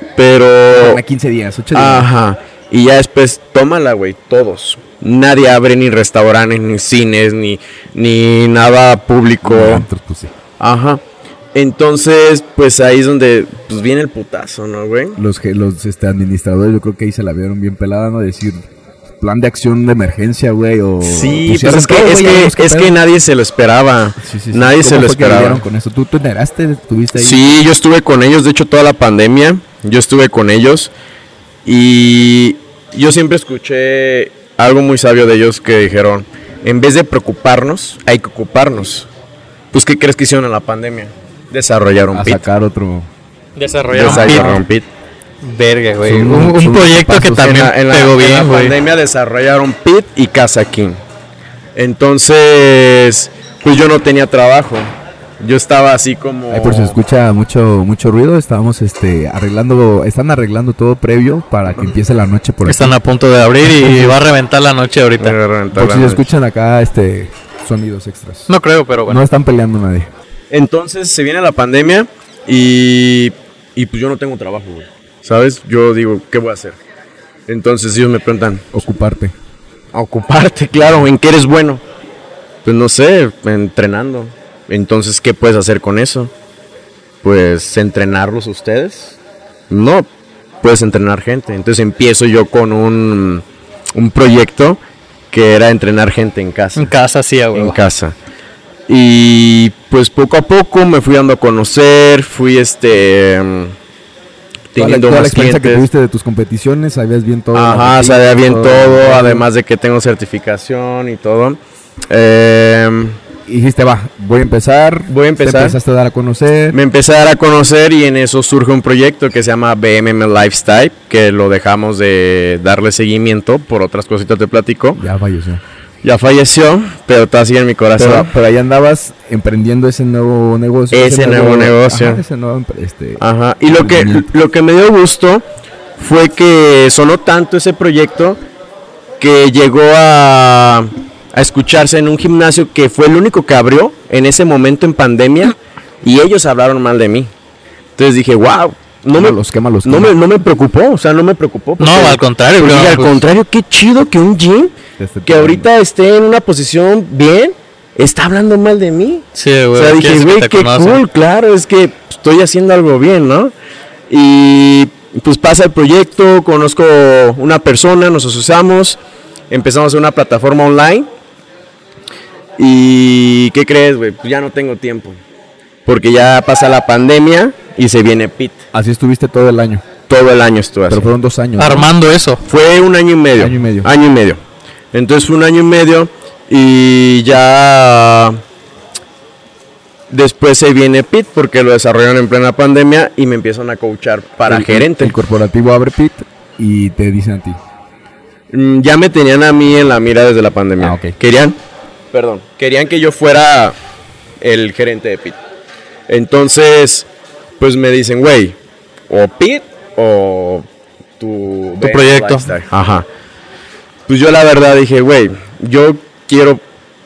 Speaker 1: Bueno,
Speaker 3: pero...
Speaker 1: a 15 días, 8 días.
Speaker 3: Ajá. Y ya después, tómala, güey, todos. Nadie abre ni restaurantes, ni cines, ni, ni nada público.
Speaker 1: Como antros, pues, sí.
Speaker 3: Ajá. Entonces, pues ahí es donde pues, viene el putazo, ¿no, güey?
Speaker 1: Los, que- los este, administradores, yo creo que ahí se la vieron bien pelada, ¿no? Decir, plan de acción de emergencia, güey. O, pues
Speaker 3: Sí, pues
Speaker 1: cierran
Speaker 3: es que,
Speaker 1: todo,
Speaker 3: es,
Speaker 1: güey, ya vemos qué
Speaker 3: que, es que
Speaker 1: pedo.
Speaker 3: nadie se lo esperaba.
Speaker 1: Sí, sí, sí.
Speaker 3: Nadie se
Speaker 1: ¿Cómo
Speaker 3: lo
Speaker 1: fue que lidiaron
Speaker 3: esperaba.
Speaker 1: con eso? ¿Tú, tú negaste? ¿Estuviste ahí?
Speaker 3: Sí, yo estuve con ellos, de hecho toda la pandemia, yo estuve con ellos y yo siempre escuché algo muy sabio de ellos que dijeron, en vez de preocuparnos, hay que ocuparnos. Pues ¿qué crees que hicieron en la pandemia? Desarrollaron
Speaker 1: A
Speaker 3: PIT.
Speaker 1: sacar otro.
Speaker 2: Desarrollaron
Speaker 3: Desarrollaron PIT.
Speaker 2: pit. Verga, güey.
Speaker 1: Son
Speaker 2: Un, un
Speaker 1: unos
Speaker 2: proyecto
Speaker 1: pasos.
Speaker 2: que
Speaker 3: En
Speaker 2: también
Speaker 3: la, en la-
Speaker 2: pegó
Speaker 3: en la
Speaker 2: bien, güey.
Speaker 3: pandemia desarrollaron PIT y Casa King. Entonces, pues yo no tenía trabajo. Yo estaba así como...
Speaker 1: Ahí por si se escucha mucho, mucho ruido, estábamos este, arreglando, están arreglando todo previo para que empiece la noche por aquí.
Speaker 2: Están a punto de abrir y va a reventar la noche
Speaker 3: Me
Speaker 2: ahorita.
Speaker 3: reventó
Speaker 1: Por
Speaker 3: la
Speaker 1: si se
Speaker 3: madre.
Speaker 1: escuchan acá este, sonidos extras.
Speaker 2: No creo, pero bueno.
Speaker 1: No están peleando nadie.
Speaker 3: Entonces se viene la pandemia y, y pues yo no tengo trabajo, güey. ¿Sabes? Yo digo, ¿qué voy a hacer? Entonces ellos me preguntan,
Speaker 1: Ocuparte.
Speaker 3: a ocuparte, claro, ¿en qué eres bueno? Pues no sé, entrenando. Entonces, ¿qué puedes hacer con eso? Pues entrenarlos ustedes. No, puedes entrenar gente. Entonces empiezo yo con un, un proyecto que era entrenar gente en casa
Speaker 2: En casa sí, a
Speaker 3: en
Speaker 2: huevo.
Speaker 3: casa. Y pues poco a poco me fui dando a conocer, fui este em,
Speaker 1: Toda la,
Speaker 3: teniendo
Speaker 1: toda la
Speaker 3: más
Speaker 1: experiencia que
Speaker 3: clientes.
Speaker 1: tuviste de tus competiciones, sabías bien todo.
Speaker 3: Ajá,
Speaker 1: Las
Speaker 3: sabía
Speaker 1: rutinas,
Speaker 3: bien todo,
Speaker 1: todo.
Speaker 3: además de que tengo certificación y todo. Em,
Speaker 1: Y dijiste, va, voy a empezar.
Speaker 3: Voy a empezar.
Speaker 1: Te empezaste a dar a conocer.
Speaker 3: me empecé a dar a conocer y en eso surge un proyecto que se llama BMM Lifestyle, que lo dejamos de darle seguimiento por otras cositas te platico.
Speaker 1: Ya falleció.
Speaker 3: Ya falleció, pero está así en mi corazón.
Speaker 1: Pero, pero ahí andabas emprendiendo ese nuevo negocio.
Speaker 3: Ese nuevo negocio. Ah,
Speaker 1: ajá, ese nuevo, empre- este,
Speaker 3: Ajá. Y lo que, lo que me dio gusto fue que sonó tanto ese proyecto que llegó a, a escucharse en un gimnasio que fue el único que abrió en ese momento en pandemia y ellos hablaron mal de mí. Entonces dije, wow, no me,
Speaker 1: los quema, los
Speaker 3: no
Speaker 1: quema.
Speaker 3: me, no me preocupó, o sea, no me preocupó.
Speaker 2: No,
Speaker 3: porque-
Speaker 2: al contrario,
Speaker 3: porque
Speaker 2: claro,
Speaker 3: al
Speaker 2: pues.
Speaker 3: contrario, qué chido que un gym
Speaker 1: Este
Speaker 3: que
Speaker 1: tema.
Speaker 3: ahorita esté en una posición bien está hablando mal de mí.
Speaker 2: Sí, güey.
Speaker 3: O sea, dije,
Speaker 2: quieres que
Speaker 3: güey,
Speaker 2: te
Speaker 3: qué
Speaker 2: conozcan.
Speaker 3: cool, claro, es que estoy haciendo algo bien, ¿no? Y pues pasa el proyecto, conozco una persona, nos asociamos, empezamos una plataforma online. ¿Y qué crees, güey? Pues ya no tengo tiempo. Porque ya pasa la pandemia y se viene PIT.
Speaker 1: Así estuviste todo el año.
Speaker 3: Todo el año estuve así.
Speaker 1: Pero fueron dos años. ¿no?
Speaker 2: Armando eso.
Speaker 3: Fue un año y medio.
Speaker 1: Año y medio.
Speaker 3: Año y medio. Entonces fue un año y medio y ya Después se viene Pit porque lo desarrollaron en plena pandemia y me empiezan a coachar para
Speaker 1: El-
Speaker 3: gerente.
Speaker 1: El corporativo abre pit y te dicen a ti.
Speaker 3: Mm, Ya me tenían a mí en la mira desde la pandemia.
Speaker 1: Ah, ok.
Speaker 3: Querían, perdón, querían que yo fuera el gerente de Pit. Entonces, pues me dicen, güey, o Pit o tu,
Speaker 2: Tu
Speaker 3: Vero
Speaker 2: proyecto.
Speaker 3: Lifestyle". Ajá. Pues yo la verdad dije, güey, yo quiero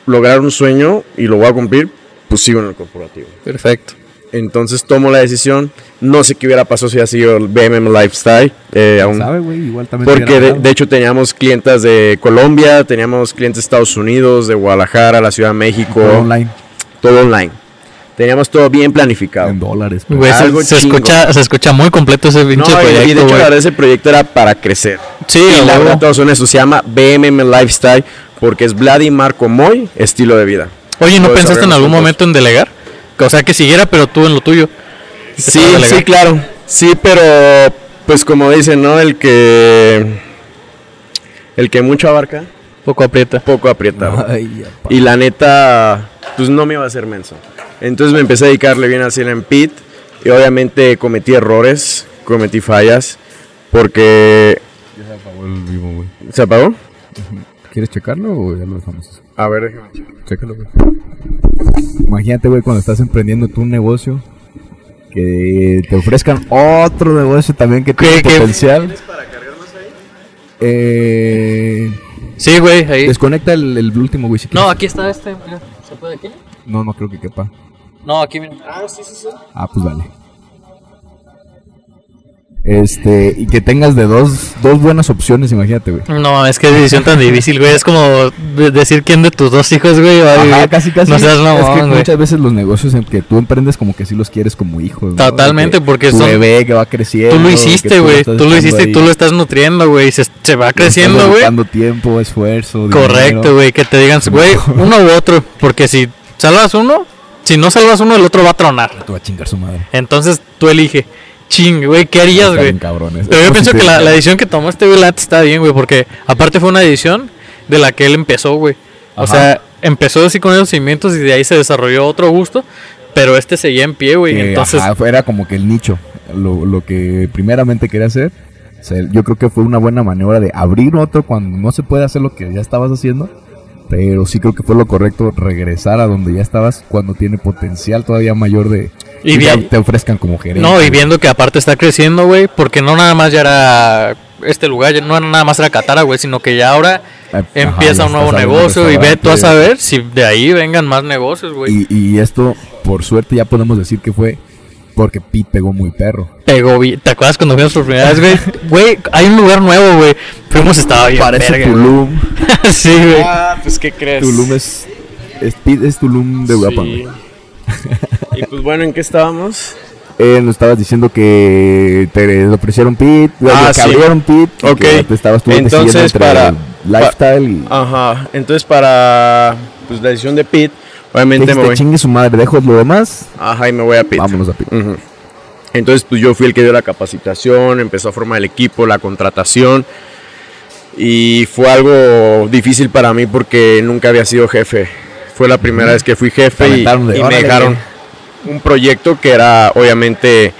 Speaker 3: lograr un sueño y lo voy a cumplir, pues sigo en el corporativo.
Speaker 2: Perfecto.
Speaker 3: Entonces tomo la decisión. No sé qué hubiera pasado si hubiera sido el BMM Lifestyle. eh, aún-
Speaker 1: ¿Sabe, güey? Igual también. te
Speaker 3: porque
Speaker 1: hubiera
Speaker 3: de,
Speaker 1: ganado.
Speaker 3: de hecho teníamos clientes de Colombia, teníamos clientes de Estados Unidos, de Guadalajara, la Ciudad de México,
Speaker 1: Todo online.
Speaker 3: todo online. Teníamos todo bien planificado.
Speaker 1: En dólares. pues. pero-
Speaker 2: Güey,
Speaker 3: Algo
Speaker 2: se, se
Speaker 3: chingo.
Speaker 2: escucha, se escucha muy completo ese
Speaker 3: No,
Speaker 2: pinche
Speaker 3: y-
Speaker 2: proyecto,
Speaker 3: y de hecho
Speaker 2: güey.
Speaker 3: la verdad, ese proyecto era para crecer.
Speaker 2: Sí,
Speaker 3: y
Speaker 2: a
Speaker 3: la
Speaker 2: huevo.
Speaker 3: verdad todos son eso, se llama BMM Lifestyle porque es Vlad y Marco Moy, estilo de vida.
Speaker 2: Oye, ¿no
Speaker 3: Lo
Speaker 2: pensaste en
Speaker 3: desarrollamos
Speaker 2: algún
Speaker 3: juntos.
Speaker 2: momento en delegar? O sea, que siguiera, pero tú en lo tuyo.
Speaker 3: Sí,
Speaker 2: Para delegar.
Speaker 3: sí, claro. Sí, pero pues como dicen, ¿no? El que el que mucho abarca,
Speaker 2: Poco aprieta.
Speaker 3: poco aprieta. güey.
Speaker 1: Ay, apa.
Speaker 3: Y la neta, pues no me iba a hacer menso. Entonces me empecé a dedicarle bien al 100 en pit. Y obviamente cometí errores, cometí fallas. Porque. ¿Se apagó?
Speaker 1: ¿Quieres checarlo o ya lo dejamos así?
Speaker 3: A ver, déjame checar.
Speaker 1: Chécalo, güey. Imagínate, güey, cuando estás emprendiendo tú un negocio, que te ofrezcan otro negocio también que tiene
Speaker 2: ¿Qué- qué?
Speaker 1: potencial. ¿Tienes para cargar más ahí? Eh,
Speaker 2: Sí, güey, ahí.
Speaker 1: desconecta el, el último, güey, si
Speaker 2: No,
Speaker 1: quieres.
Speaker 2: aquí está este. mira. ¿Se puede aquí?
Speaker 1: No, no creo que quepa.
Speaker 2: No, aquí mira.
Speaker 1: Ah, pues vale. Este, y que tengas de dos, dos buenas opciones, imagínate, güey.
Speaker 2: No, es que decisión tan difícil, güey. Es como de- decir quién de tus dos hijos, güey, va a vivir.
Speaker 1: Ajá, casi, casi.
Speaker 2: No seas
Speaker 1: es que
Speaker 2: mamón, güey.
Speaker 1: muchas veces los negocios en que tú emprendes como que sí los quieres como hijos. ¿no?
Speaker 2: Totalmente,
Speaker 1: De que
Speaker 2: porque
Speaker 1: tu
Speaker 2: son-
Speaker 1: bebé que va creciendo.
Speaker 2: Tú lo
Speaker 1: que
Speaker 2: hiciste, güey.
Speaker 1: estás
Speaker 2: Tú lo
Speaker 1: echando
Speaker 2: hiciste y
Speaker 1: ahí.
Speaker 2: tú lo estás nutriendo, güey. y Se, se va creciendo,
Speaker 1: Estás
Speaker 2: güey.
Speaker 1: dedicando tiempo, esfuerzo.
Speaker 2: Correcto, güey. Que te digan, güey, uno u otro. Porque si salvas uno, si no salvas uno, el otro va a tronar.
Speaker 1: Tú vas a chingar su madre.
Speaker 2: Entonces tú elige. Ching, güey, ¿qué harías,
Speaker 1: Están
Speaker 2: güey?
Speaker 1: bien cabrones.
Speaker 2: Pero yo
Speaker 1: Eso sí
Speaker 2: pienso
Speaker 1: te-
Speaker 2: que la, la edición que tomó este güey la neta, está bien, güey, porque aparte fue una edición de la que él empezó, güey. O
Speaker 1: Ajá.
Speaker 2: sea, empezó así con esos cimientos y de ahí se desarrolló otro gusto, pero este seguía en pie, güey.
Speaker 1: que,
Speaker 2: Entonces,
Speaker 1: ajá, fue- era como que el nicho, lo, lo que primeramente quería hacer. O sea, yo creo que fue una buena maniobra de abrir otro cuando no se puede hacer lo que ya estabas haciendo. Pero sí creo que fue lo correcto regresar a donde ya estabas cuando tiene potencial todavía mayor de
Speaker 2: Y
Speaker 1: que
Speaker 2: bien-
Speaker 1: te ofrezcan como gerente.
Speaker 2: no, y
Speaker 1: güey.
Speaker 2: viendo que aparte está creciendo, güey, porque no nada más ya era este lugar, ya no nada más era Catara, güey, sino que ya ahora
Speaker 1: Ah, Ajá,
Speaker 2: empieza
Speaker 1: ya
Speaker 2: un nuevo
Speaker 1: estás abriendo
Speaker 2: negocio y ve tú a
Speaker 1: restaurante.
Speaker 2: saber si de ahí vengan más negocios, güey.
Speaker 1: Y, y esto, por suerte, ya podemos decir que fue porque Pete pegó muy perro.
Speaker 2: Pegó bien. ¿Te acuerdas cuando fuimos por primera vez, güey? Güey, hay un lugar nuevo, güey. Fuimos, estaba bien.
Speaker 1: Parece
Speaker 2: verga,
Speaker 1: Tulum.
Speaker 2: güey. sí, güey.
Speaker 3: Ah, pues ¿qué crees?
Speaker 1: Tulum es. es Pete es Tulum de Europa. güey.
Speaker 3: Y pues bueno, ¿en qué estábamos?
Speaker 1: Eh, nos estabas diciendo que te ofrecieron pit, güey,
Speaker 3: Ah,
Speaker 1: que
Speaker 3: sí.
Speaker 1: abrieron pit, y
Speaker 3: Ok.
Speaker 1: que te estabas tú decidiendo
Speaker 3: Entonces,
Speaker 1: entre
Speaker 3: para- Ah,
Speaker 1: lifestyle y
Speaker 3: Ajá. Entonces, para pues, la decisión de Pit, obviamente me
Speaker 1: dijiste,
Speaker 3: voy.
Speaker 1: chingue su madre, dejo lo demás,
Speaker 3: Ajá, y me voy a Pit.
Speaker 1: vámonos a pit.
Speaker 3: Ujú. Entonces, pues yo fui el que dio la capacitación, empezó a formar el equipo, la contratación. Y fue algo difícil para mí porque nunca había sido jefe. Fue la primera vez que fui
Speaker 1: Te
Speaker 3: jefe y,
Speaker 1: aventaron de,
Speaker 3: y me
Speaker 1: "Órale,
Speaker 3: dejaron un proyecto que era obviamente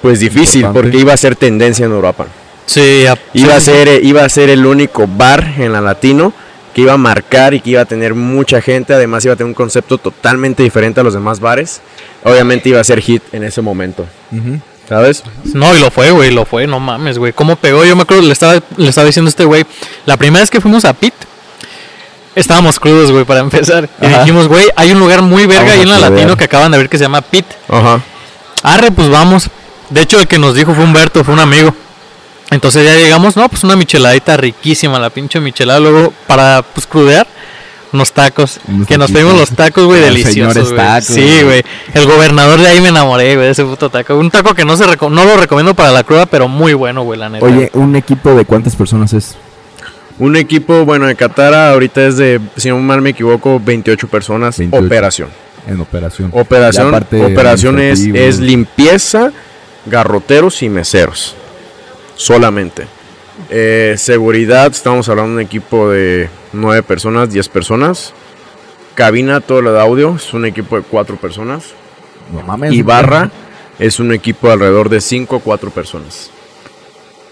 Speaker 3: pues difícil
Speaker 1: Importante.
Speaker 3: porque iba a ser tendencia en Europa.
Speaker 2: Sí, ya-
Speaker 3: Iba a
Speaker 2: sí, sí,
Speaker 3: ser, eh, iba a ser el único bar en la Latino que iba a marcar y que iba a tener mucha gente. Además, iba a tener un concepto totalmente diferente a los demás bares. Obviamente, iba a ser hit en ese momento. ¿Sabes?
Speaker 2: sí. No, y lo fue, güey, lo fue, no mames, güey. ¿Cómo pegó? Yo me acuerdo, le estaba, le estaba diciendo a este güey, la primera vez que fuimos a Pit, estábamos crudos, güey, para empezar. Y
Speaker 1: Ajá.
Speaker 2: dijimos, güey, hay un lugar muy verga
Speaker 1: Vamos
Speaker 2: ahí
Speaker 1: a
Speaker 2: en la
Speaker 1: probar.
Speaker 2: Latino que acaban de abrir que se llama Pit.
Speaker 3: Ajá.
Speaker 2: Arre, pues vamos. De hecho, el que nos dijo fue Humberto, fue un amigo. Entonces ya llegamos, no, pues una micheladita riquísima, la pinche michelada. Luego, para pues crudear, unos tacos.
Speaker 1: Unos
Speaker 2: que nos
Speaker 1: taquitos.
Speaker 2: pedimos los tacos, güey,
Speaker 1: Los
Speaker 2: deliciosos.
Speaker 1: señores
Speaker 2: güey.
Speaker 1: tacos,
Speaker 2: sí,
Speaker 1: güey.
Speaker 2: güey. El gobernador de ahí me enamoré, güey, de ese puto taco. Un taco que no, se reco- no lo recomiendo para la cruda, pero muy bueno, güey, la neta.
Speaker 1: Oye, ¿un equipo de cuántas personas es?
Speaker 3: Un equipo, bueno, de Qatar ahorita es de, si no mal me equivoco, 28 personas.
Speaker 1: 28.
Speaker 3: Operación.
Speaker 1: En operación.
Speaker 3: Operación,
Speaker 1: Y aparte
Speaker 3: operación es,
Speaker 1: administrativo.
Speaker 3: es limpieza, garroteros y meseros. Solamente. Eh, seguridad, estamos hablando de un equipo de 9 personas, 10 personas. Cabina, todo lo de audio, es un equipo de cuatro personas.
Speaker 1: No mames.
Speaker 3: Y barra es un equipo de alrededor de cinco o cuatro personas.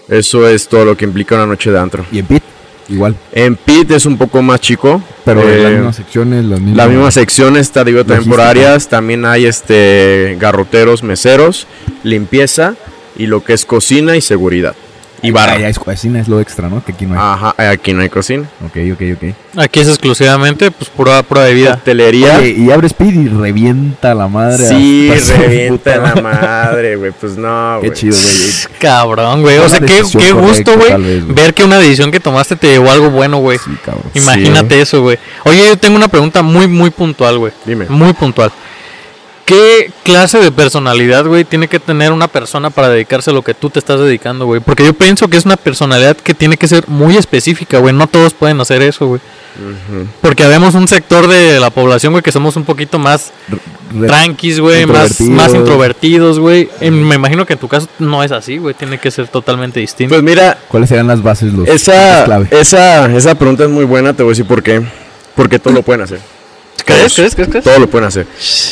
Speaker 3: Eso es todo lo que implica una noche de antro.
Speaker 1: Y en pit, igual.
Speaker 3: En pit es un poco más chico.
Speaker 1: Pero
Speaker 3: eh,
Speaker 1: las mismas secciones, las mismas.
Speaker 3: la misma sección está digo también por
Speaker 1: Logística.
Speaker 3: áreas, también hay este garroteros, meseros, limpieza y lo que es cocina y seguridad. Y barra. Ah.
Speaker 1: Ahí Ah, es cocina, es lo extra, ¿no? Que aquí no hay.
Speaker 3: Ajá, aquí no hay cocina.
Speaker 1: Ok, ok, ok.
Speaker 2: Aquí es exclusivamente, pues, pura, pura bebida.
Speaker 3: Hotelería.
Speaker 1: Oye, y abre Speed y revienta la madre.
Speaker 3: sí,
Speaker 1: hasta su
Speaker 3: revienta
Speaker 1: puta
Speaker 3: la
Speaker 1: madre.
Speaker 3: madre, güey. Pues no,
Speaker 1: Qué
Speaker 3: güey.
Speaker 1: chido, güey.
Speaker 2: Cabrón, güey. O
Speaker 1: Una
Speaker 2: sea, qué,
Speaker 1: decisión
Speaker 2: qué
Speaker 1: correcta,
Speaker 2: gusto,
Speaker 1: tal vez,
Speaker 2: güey.
Speaker 1: güey.
Speaker 2: Ver que una decisión que tomaste te llevó algo bueno, güey.
Speaker 3: Pues,
Speaker 1: Sí, cabrón.
Speaker 2: Imagínate eso, güey. Oye, yo tengo una pregunta muy, muy puntual, güey.
Speaker 3: Dime.
Speaker 2: Muy puntual. ¿Qué clase de personalidad, güey, tiene que tener una persona para dedicarse a lo que tú te estás dedicando, güey? Porque yo pienso que es una personalidad que tiene que ser muy específica, güey. No todos pueden hacer eso, güey.
Speaker 3: Ujú.
Speaker 2: Porque habemos un sector de la población, güey, que somos un poquito más
Speaker 1: Re-
Speaker 2: tranquis, güey, más, más
Speaker 1: introvertidos.
Speaker 2: introvertidos, güey. Y Me imagino que en tu caso no es así, güey. Tiene que ser totalmente distinto.
Speaker 3: Pues mira,
Speaker 1: ¿Cuáles serán las bases, los las
Speaker 3: esa,
Speaker 1: Pues,
Speaker 3: eh,
Speaker 1: clave?
Speaker 3: esa, esa pregunta es muy buena, te voy a decir por qué. Porque todos lo pueden hacer.
Speaker 2: ¿Crees?
Speaker 3: Todos.
Speaker 2: ¿Crees? ¿Crees? ¿Crees?
Speaker 3: Todos lo pueden hacer.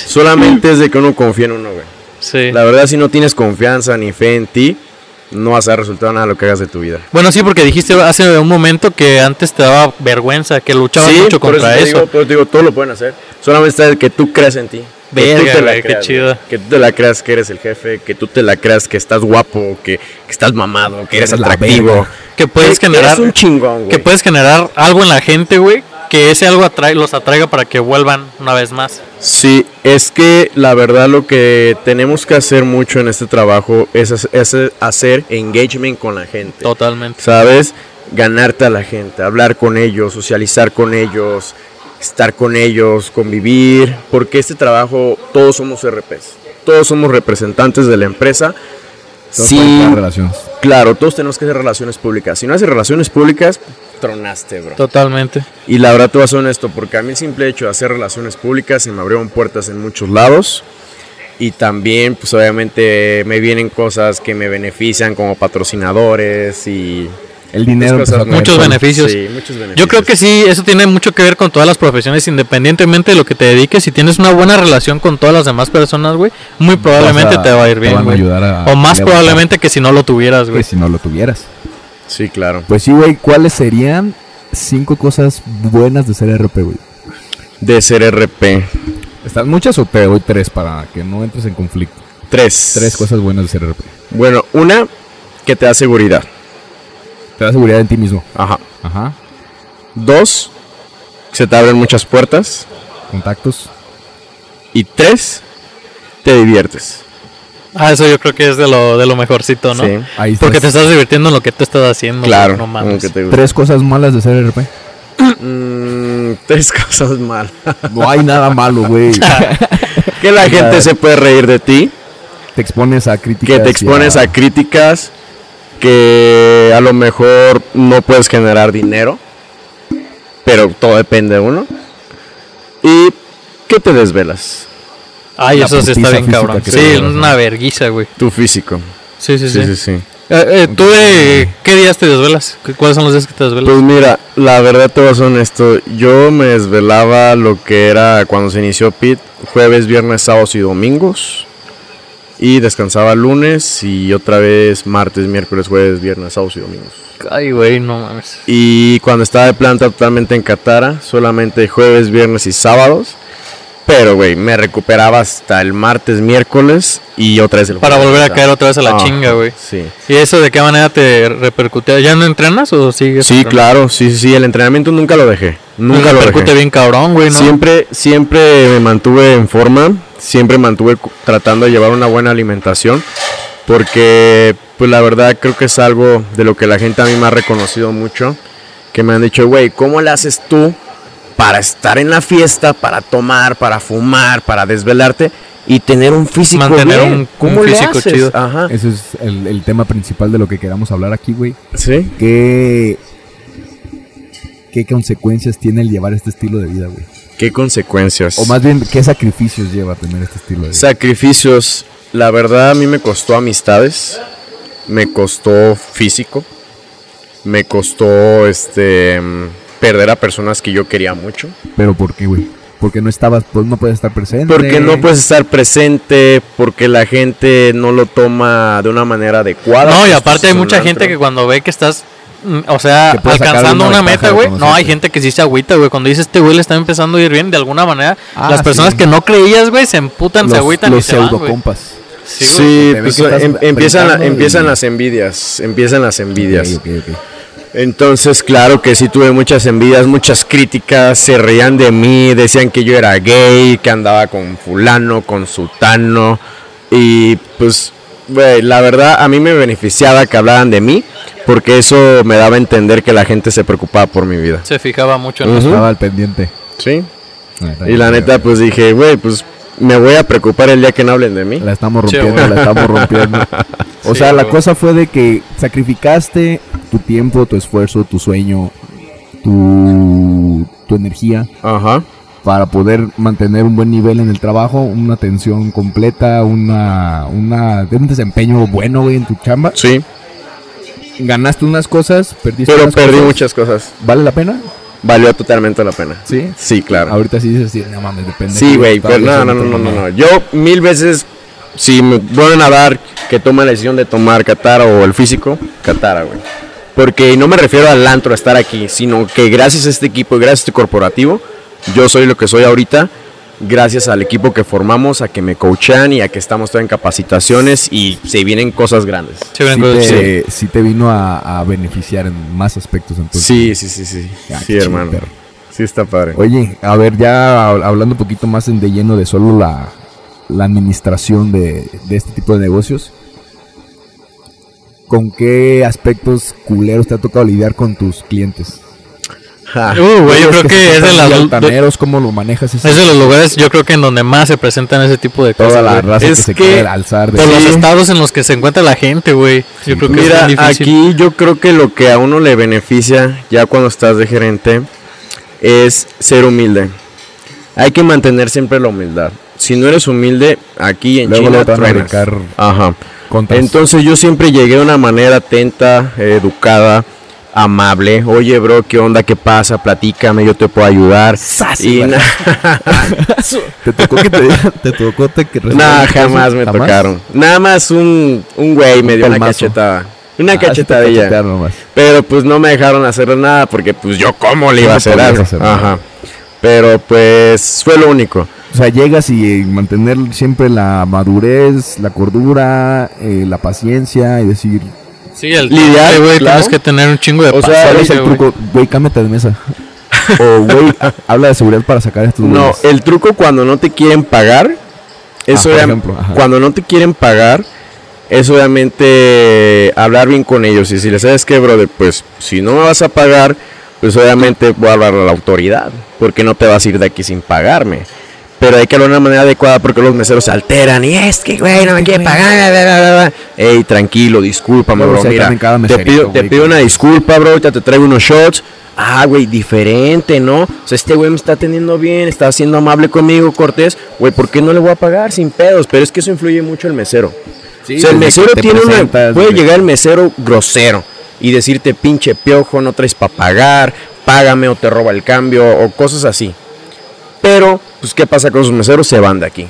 Speaker 3: Solamente es de que uno confía en uno, güey.
Speaker 2: Sí.
Speaker 3: La verdad, si no tienes confianza ni fe en ti, no vas a resultar nada de lo que hagas de tu vida.
Speaker 2: Bueno, sí, porque dijiste hace un momento que antes te daba vergüenza, que luchabas
Speaker 3: sí,
Speaker 2: mucho
Speaker 3: por
Speaker 2: contra
Speaker 3: eso. te
Speaker 2: eso.
Speaker 3: Digo, por eso te digo, todos lo pueden hacer. Solamente está el que tú creas en ti. Que tú
Speaker 2: Verga,
Speaker 3: te la
Speaker 2: güey, qué
Speaker 3: creas,
Speaker 2: chido.
Speaker 3: güey. Que tú te la creas que eres el jefe, que tú te la creas que estás guapo, que, que estás mamado, que eres
Speaker 1: Eres la
Speaker 3: atractivo.
Speaker 1: verga.
Speaker 2: que puedes
Speaker 3: que, que
Speaker 2: generar
Speaker 3: eres un chingón, güey.
Speaker 2: que puedes generar algo en la gente, güey, que ese algo atrae, los atraiga para que vuelvan una vez más.
Speaker 3: Sí, es que la verdad lo que tenemos que hacer mucho en este trabajo es, hac- es hacer engagement con la gente.
Speaker 2: Totalmente.
Speaker 3: ¿Sabes? Ganarte a la gente, hablar con ellos, socializar con ellos, estar con ellos, convivir, porque este trabajo todos somos RPs, todos somos representantes de la empresa.
Speaker 1: Todas
Speaker 3: Sí,
Speaker 1: las relaciones.
Speaker 3: claro, todos tenemos que hacer relaciones públicas. Si no haces relaciones públicas, tronaste, bro.
Speaker 2: Totalmente.
Speaker 3: Y la verdad te voy a ser honesto, porque a mí el simple hecho de hacer relaciones públicas se me abrieron puertas en muchos lados. Y también, pues obviamente me vienen cosas que me benefician como patrocinadores y...
Speaker 1: El dinero.
Speaker 3: otras
Speaker 1: empezó a
Speaker 3: cosas
Speaker 1: comer
Speaker 2: Muchos
Speaker 1: sol.
Speaker 3: nuevas.
Speaker 2: beneficios.
Speaker 3: Sí, muchos beneficios.
Speaker 2: Yo creo que sí, eso tiene mucho que ver con todas las profesiones, independientemente de lo que te dediques, si tienes una buena relación con todas las demás personas, güey, muy
Speaker 1: Vas
Speaker 2: probablemente
Speaker 1: a-
Speaker 2: te va a ir bien,
Speaker 1: van a
Speaker 2: güey.
Speaker 1: ayudar a-
Speaker 2: O más
Speaker 1: levantar.
Speaker 2: probablemente que si no lo tuvieras,
Speaker 1: Que
Speaker 2: güey.
Speaker 1: si no lo tuvieras.
Speaker 3: Sí, claro.
Speaker 1: Pues sí, güey, ¿cuáles serían cinco cosas buenas de ser RP, güey?
Speaker 3: De ser RP.
Speaker 1: ¿Están muchas o te doy tres para que no entres en conflicto?
Speaker 3: Tres.
Speaker 1: Tres cosas buenas de ser RP.
Speaker 3: Bueno, una, que te da seguridad.
Speaker 1: Te da seguridad en ti mismo.
Speaker 3: Ajá.
Speaker 1: Ajá.
Speaker 3: Dos, se te abren muchas puertas.
Speaker 1: Contactos.
Speaker 3: Y tres, te diviertes.
Speaker 2: Ah, eso yo creo que es de lo, de lo mejorcito, ¿no?
Speaker 3: Sí.
Speaker 1: Ahí está.
Speaker 2: Porque te estás divirtiendo en lo que tú estás haciendo. güey,
Speaker 3: Claro.
Speaker 2: No
Speaker 3: como
Speaker 2: mames.
Speaker 3: que te gusta.
Speaker 1: Tres cosas malas de ser RP.
Speaker 3: Mm, tres cosas mal.
Speaker 1: No hay nada malo, güey.
Speaker 3: que la gente se puede reír de ti,
Speaker 1: te expones a críticas.
Speaker 3: que te
Speaker 1: y
Speaker 3: expones a críticas, que a lo mejor no puedes generar dinero, pero todo depende de uno. Y que te desvelas,
Speaker 2: Ay,
Speaker 1: La
Speaker 2: eso sí
Speaker 1: putiza
Speaker 2: está bien
Speaker 1: física
Speaker 2: cabrón.
Speaker 1: que te
Speaker 2: Sí,
Speaker 1: llevas,
Speaker 2: una verguiza, güey.
Speaker 3: tu físico.
Speaker 2: Sí, sí, sí.
Speaker 3: Sí, sí, sí.
Speaker 2: Eh, eh, ¿Tú de qué días te desvelas? ¿Cu- ¿Cuáles son los días que te desvelas?
Speaker 3: Pues mira, la verdad te voy a ser honesto, yo me desvelaba lo que era cuando se inició Pit, jueves, viernes, sábados y domingos. Y descansaba lunes y otra vez martes, miércoles, jueves, viernes, sábados y domingos.
Speaker 2: Ay, güey, no mames.
Speaker 3: Y cuando estaba de planta totalmente en Catara, solamente jueves, viernes y sábados. Pero, güey, me recuperaba hasta el martes, miércoles y otra vez el
Speaker 2: Para
Speaker 3: jueves,
Speaker 2: volver
Speaker 3: o
Speaker 2: a
Speaker 3: sea.
Speaker 2: caer otra vez a la
Speaker 3: Ajá,
Speaker 2: chinga, güey.
Speaker 3: Sí.
Speaker 2: ¿Y eso de qué manera te repercute? ¿Ya no entrenas o sigues?
Speaker 3: Sí,
Speaker 2: entrenando?
Speaker 3: claro, sí, sí, sí, el entrenamiento nunca lo dejé. Nunca
Speaker 2: Te
Speaker 3: lo
Speaker 2: repercute
Speaker 3: dejé.
Speaker 2: bien cabrón, güey, ¿no?
Speaker 3: Siempre, siempre me mantuve en forma, siempre mantuve cu- tratando de llevar una buena alimentación, porque pues la verdad creo que es algo de lo que la gente a mí me ha reconocido mucho, que me han dicho, güey, ¿cómo le haces tú para estar en la fiesta, para tomar, para fumar, para desvelarte y tener un físico
Speaker 2: Mantener
Speaker 3: bien?
Speaker 2: un-
Speaker 3: ¿Cómo
Speaker 2: un
Speaker 3: le
Speaker 2: físico
Speaker 3: haces?
Speaker 2: chido.
Speaker 3: Ajá.
Speaker 1: Ese es el, el tema principal de lo que queramos hablar aquí, güey.
Speaker 3: Sí.
Speaker 1: ¿Qué, ¿Qué consecuencias tiene el llevar este estilo de vida, güey?
Speaker 3: ¿Qué consecuencias?
Speaker 1: O más bien, ¿qué sacrificios lleva tener este estilo de vida?
Speaker 3: Sacrificios. La verdad a mí me costó amistades, me costó físico, me costó este mm, perder a personas que yo quería mucho.
Speaker 1: Pero ¿por qué, güey? Porque no estabas, pues no puedes estar presente.
Speaker 3: Porque no puedes estar presente, porque la gente no lo toma de una manera adecuada.
Speaker 2: No, y
Speaker 3: pues,
Speaker 2: aparte hay
Speaker 3: es un
Speaker 2: mucha gente
Speaker 3: antro.
Speaker 2: que cuando ve que estás, mm, o sea,
Speaker 1: Que puedes sacar
Speaker 2: alcanzando
Speaker 1: una
Speaker 2: una
Speaker 1: ventaja
Speaker 2: meta,
Speaker 1: de
Speaker 2: güey. No,
Speaker 1: conocerte.
Speaker 2: hay gente que sí se agüita, güey. Cuando dices este güey le está empezando a ir bien, de alguna manera,
Speaker 1: Ah,
Speaker 2: las
Speaker 1: sí.
Speaker 2: personas que no creías, güey, se emputan, se agüitan y
Speaker 1: los
Speaker 2: se van, güey.
Speaker 1: pseudocompas.
Speaker 2: Sí, güey.
Speaker 3: Sí,
Speaker 1: te ven
Speaker 3: pues,
Speaker 1: que estás
Speaker 3: em- empiezan, la-
Speaker 1: brincando y-
Speaker 3: empiezan las envidias, empiezan las envidias.
Speaker 1: Ok, ok, ok.
Speaker 3: Entonces, claro que sí tuve muchas envidias, muchas críticas, se reían de mí, decían que yo era gay, que andaba con fulano, con sutano, y pues, güey, la verdad a mí me beneficiaba que hablaran de mí, porque eso me daba a entender que la gente se preocupaba por mi vida.
Speaker 2: Se fijaba mucho en
Speaker 3: Ujú.
Speaker 2: eso.
Speaker 1: Estaba al pendiente. Ah,
Speaker 3: Sí. Y la neta, pues dije, güey, pues me voy a preocupar el día que no hablen de mí.
Speaker 1: La estamos
Speaker 2: pues, Sí,
Speaker 1: rompiendo,
Speaker 2: güey.
Speaker 1: la estamos rompiendo. O
Speaker 2: Sí,
Speaker 1: sea, la
Speaker 2: güey.
Speaker 1: cosa fue de que sacrificaste tu tiempo, tu esfuerzo, tu sueño, tu, tu energía
Speaker 3: Ajá.
Speaker 1: para poder mantener un buen nivel en el trabajo, una atención completa, una, una, un desempeño bueno, güey, en tu chamba.
Speaker 3: Sí.
Speaker 1: Ganaste unas cosas, perdiste
Speaker 3: Pero
Speaker 1: otras
Speaker 3: perdí
Speaker 1: cosas.
Speaker 3: muchas cosas.
Speaker 1: ¿Vale la pena?
Speaker 3: Valió totalmente la pena.
Speaker 1: Sí.
Speaker 3: Sí, claro.
Speaker 1: Ahorita sí dices, sí, no mames, depende.
Speaker 3: Sí, güey,
Speaker 1: Estaba
Speaker 3: pero no, no,
Speaker 1: pensando
Speaker 3: no, no,
Speaker 1: en
Speaker 3: no,
Speaker 1: otro,
Speaker 3: no. Yo mil veces, si me vuelven a dar que toma la decisión de tomar Qatar o el físico, Qatar, güey. Porque no me refiero al antro a estar aquí, sino que gracias a este equipo y gracias a este corporativo, yo soy lo que soy ahorita, gracias al equipo que formamos, a que me coachan y a que estamos todavía en capacitaciones y se vienen cosas grandes.
Speaker 2: Sí, güey,
Speaker 1: Sí
Speaker 2: entonces,
Speaker 1: te, sí te vino a, a beneficiar en más aspectos. Entonces.
Speaker 3: Sí, sí, sí, sí.
Speaker 1: Ah,
Speaker 3: Sí,
Speaker 1: qué chido,
Speaker 3: hermano.
Speaker 1: perro.
Speaker 3: Sí, está padre.
Speaker 1: Oye, a ver, ya hab- hablando un poquito más en de lleno de solo la, la administración de, de este tipo de negocios, ¿con qué aspectos culeros te ha tocado lidiar con tus clientes?
Speaker 3: Ja.
Speaker 2: Uh, güey, yo creo que es de
Speaker 1: los
Speaker 2: las... de-
Speaker 1: altaneros, ¿cómo lo manejas?
Speaker 2: Es de los lugares, yo creo que en donde más se presentan ese tipo de cosas.
Speaker 1: Toda la
Speaker 2: güey.
Speaker 1: raza que,
Speaker 3: Es
Speaker 1: se
Speaker 3: que
Speaker 1: quiere alzar. De
Speaker 2: Por los
Speaker 3: Sí.
Speaker 2: estados en los que se encuentra la gente, güey. Yo creo que es
Speaker 3: Mira,
Speaker 2: bien difícil.
Speaker 3: aquí yo creo que lo que a uno le beneficia ya cuando estás de gerente es ser humilde. Hay que mantener siempre la humildad. Si no eres humilde, aquí en
Speaker 1: Luego
Speaker 3: China
Speaker 1: lo van a
Speaker 3: truenas.
Speaker 1: brincar
Speaker 3: Ajá.
Speaker 1: contras.
Speaker 3: Entonces yo siempre llegué de una manera atenta, eh, educada, amable. Oye, bro, ¿qué onda? ¿Qué pasa? Platícame, yo te puedo ayudar.
Speaker 1: ¡Sas!
Speaker 3: Y
Speaker 1: Igual.
Speaker 3: na-
Speaker 1: ¿Te tocó que te, te tocó te que
Speaker 3: Nada,
Speaker 1: recibieron
Speaker 3: jamás me
Speaker 1: cosas?
Speaker 3: tocaron. Nada más un, un güey me dio una
Speaker 1: palmazo.
Speaker 3: cachetada. Una
Speaker 1: Ah, sí te
Speaker 3: cachetadilla.
Speaker 1: cachetearon nomás.
Speaker 3: Pero pues no me dejaron hacer nada porque pues yo cómo le iba a
Speaker 1: ¿Cómo
Speaker 3: hacer
Speaker 1: podías
Speaker 3: algo.
Speaker 1: hacer nada?
Speaker 3: Ajá. Pero pues fue lo único.
Speaker 1: O sea, llegas y eh, mantener siempre la madurez, la cordura, eh, la paciencia y decir,
Speaker 2: Sí, el
Speaker 3: Lidiar,
Speaker 2: sí, güey,
Speaker 3: claro.
Speaker 2: tienes que tener un chingo de
Speaker 3: O sea,
Speaker 2: paciencia,
Speaker 1: ¿cuál es el
Speaker 2: güey.
Speaker 1: truco? Güey, cámbiate de mesa. O, güey, ha- habla de seguridad para sacar a estos
Speaker 3: No, eh,
Speaker 1: güeyes.
Speaker 3: el truco cuando no te quieren pagar, eso
Speaker 1: Ah, por
Speaker 3: era-
Speaker 1: ejemplo, ajá.
Speaker 3: cuando no te quieren pagar, es obviamente hablar bien con ellos. Y si les sabes que, brother, pues si no me vas a pagar, pues obviamente voy a hablar a la autoridad, porque no te vas a ir de aquí sin pagarme. Pero hay que hablar de una manera adecuada porque los meseros se alteran y es que, güey, no me quiere pagar. bla, bla, bla, bla". Ey, tranquilo, discúlpame,
Speaker 1: Luego
Speaker 3: bro.
Speaker 1: se
Speaker 3: Mira,
Speaker 1: alteran cada
Speaker 3: te
Speaker 1: meserito,
Speaker 3: pido, te
Speaker 1: güey.
Speaker 3: pido una disculpa, bro. Ahorita te traigo unos shots. Ah, güey, diferente, ¿no? O sea, este güey me está atendiendo bien, está siendo amable conmigo, Cortés. Güey, ¿por qué no le voy a pagar sin pedos? Pero es que eso influye mucho el mesero. o sea, el
Speaker 1: desde
Speaker 3: mesero
Speaker 1: que te
Speaker 3: tiene una.
Speaker 1: presentas,
Speaker 3: Puede
Speaker 1: desde-
Speaker 3: llegar el mesero grosero y decirte, pinche piojo, no traes para pagar, págame o te roba el cambio o cosas así. Pero, pues, ¿qué pasa con los meseros? Se van de aquí.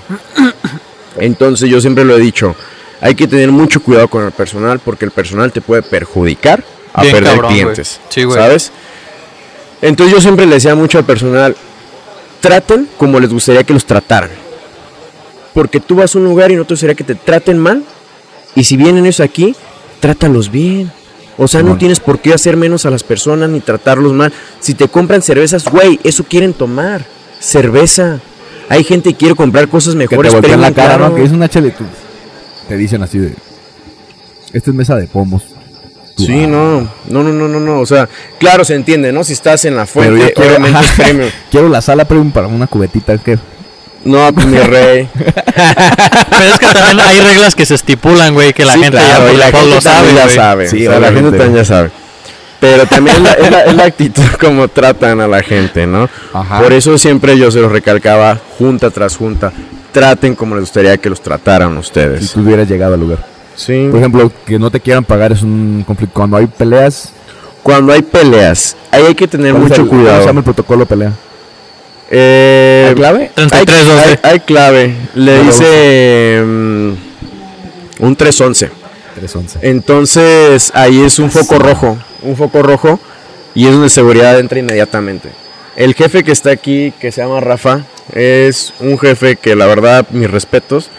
Speaker 3: Entonces, yo siempre lo he dicho, hay que tener mucho cuidado con el personal porque el personal te puede perjudicar a
Speaker 2: Bien
Speaker 3: perder
Speaker 2: cabrón, güey.
Speaker 3: clientes.
Speaker 2: Sí, güey.
Speaker 3: ¿Sabes? Entonces, yo siempre le decía mucho al personal, traten como les gustaría que los trataran. Porque tú vas a un lugar y no te gustaría que te traten mal. Y si vienen ellos aquí, trátalos bien. O sea, no
Speaker 1: Simón.
Speaker 3: tienes por qué hacer menos a las personas ni tratarlos mal. Si te compran cervezas, güey, eso quieren tomar. Cerveza. Hay gente que quiere comprar cosas
Speaker 1: que te
Speaker 3: mejores.
Speaker 1: voltean la
Speaker 3: espérenla,
Speaker 1: cara,
Speaker 3: claro.
Speaker 1: ¿no? Que es una chale. tú- Te dicen así de, esta es mesa de pomos. Tú,
Speaker 3: Sí,
Speaker 1: ah,
Speaker 3: no. No, no, no, no, no. O sea, claro, se entiende, ¿no? Si estás en la
Speaker 1: Pero
Speaker 3: fuente,
Speaker 1: yo quiero,
Speaker 3: obviamente es
Speaker 1: ajá,
Speaker 3: premium.
Speaker 1: quiero la sala premium para una cubetita que
Speaker 3: No, pues, mi rey.
Speaker 2: Pero es que también hay reglas que se estipulan, güey, que la
Speaker 3: Sí,
Speaker 2: gente
Speaker 3: claro,
Speaker 2: ya
Speaker 3: y
Speaker 2: por
Speaker 3: la
Speaker 2: default
Speaker 3: gente
Speaker 2: lo sabe,
Speaker 3: también ya
Speaker 2: güey.
Speaker 3: sabe.
Speaker 1: Sí,
Speaker 3: o sea, la gente
Speaker 1: obviamente.
Speaker 3: también ya sabe. Pero también es la, es la- es la actitud como tratan a la gente, ¿no?
Speaker 1: Ajá.
Speaker 3: Por eso siempre yo se los recalcaba junta tras junta. Traten como les gustaría que los trataran
Speaker 1: si
Speaker 3: ustedes.
Speaker 1: tú hubieras llegado al lugar.
Speaker 3: Sí.
Speaker 1: Por ejemplo, que no te quieran pagar es un conflicto. Cuando hay peleas,
Speaker 3: Cuando hay peleas, ahí hay que tener
Speaker 1: ¿cuál es
Speaker 3: mucho
Speaker 1: el- ¿cómo se llama
Speaker 3: cuidado.
Speaker 1: el protocolo de pelea?
Speaker 3: Eh,
Speaker 1: ¿Hay clave?
Speaker 2: 33,
Speaker 3: hay,
Speaker 2: 12.
Speaker 3: hay- hay clave. Le
Speaker 1: No,
Speaker 3: hice mm, un 311.
Speaker 1: 311.
Speaker 3: Entonces ahí es un foco rojo, un foco rojo y es donde seguridad entra inmediatamente. El jefe que está aquí, que se llama Rafa, es un jefe que la verdad, mis respetos,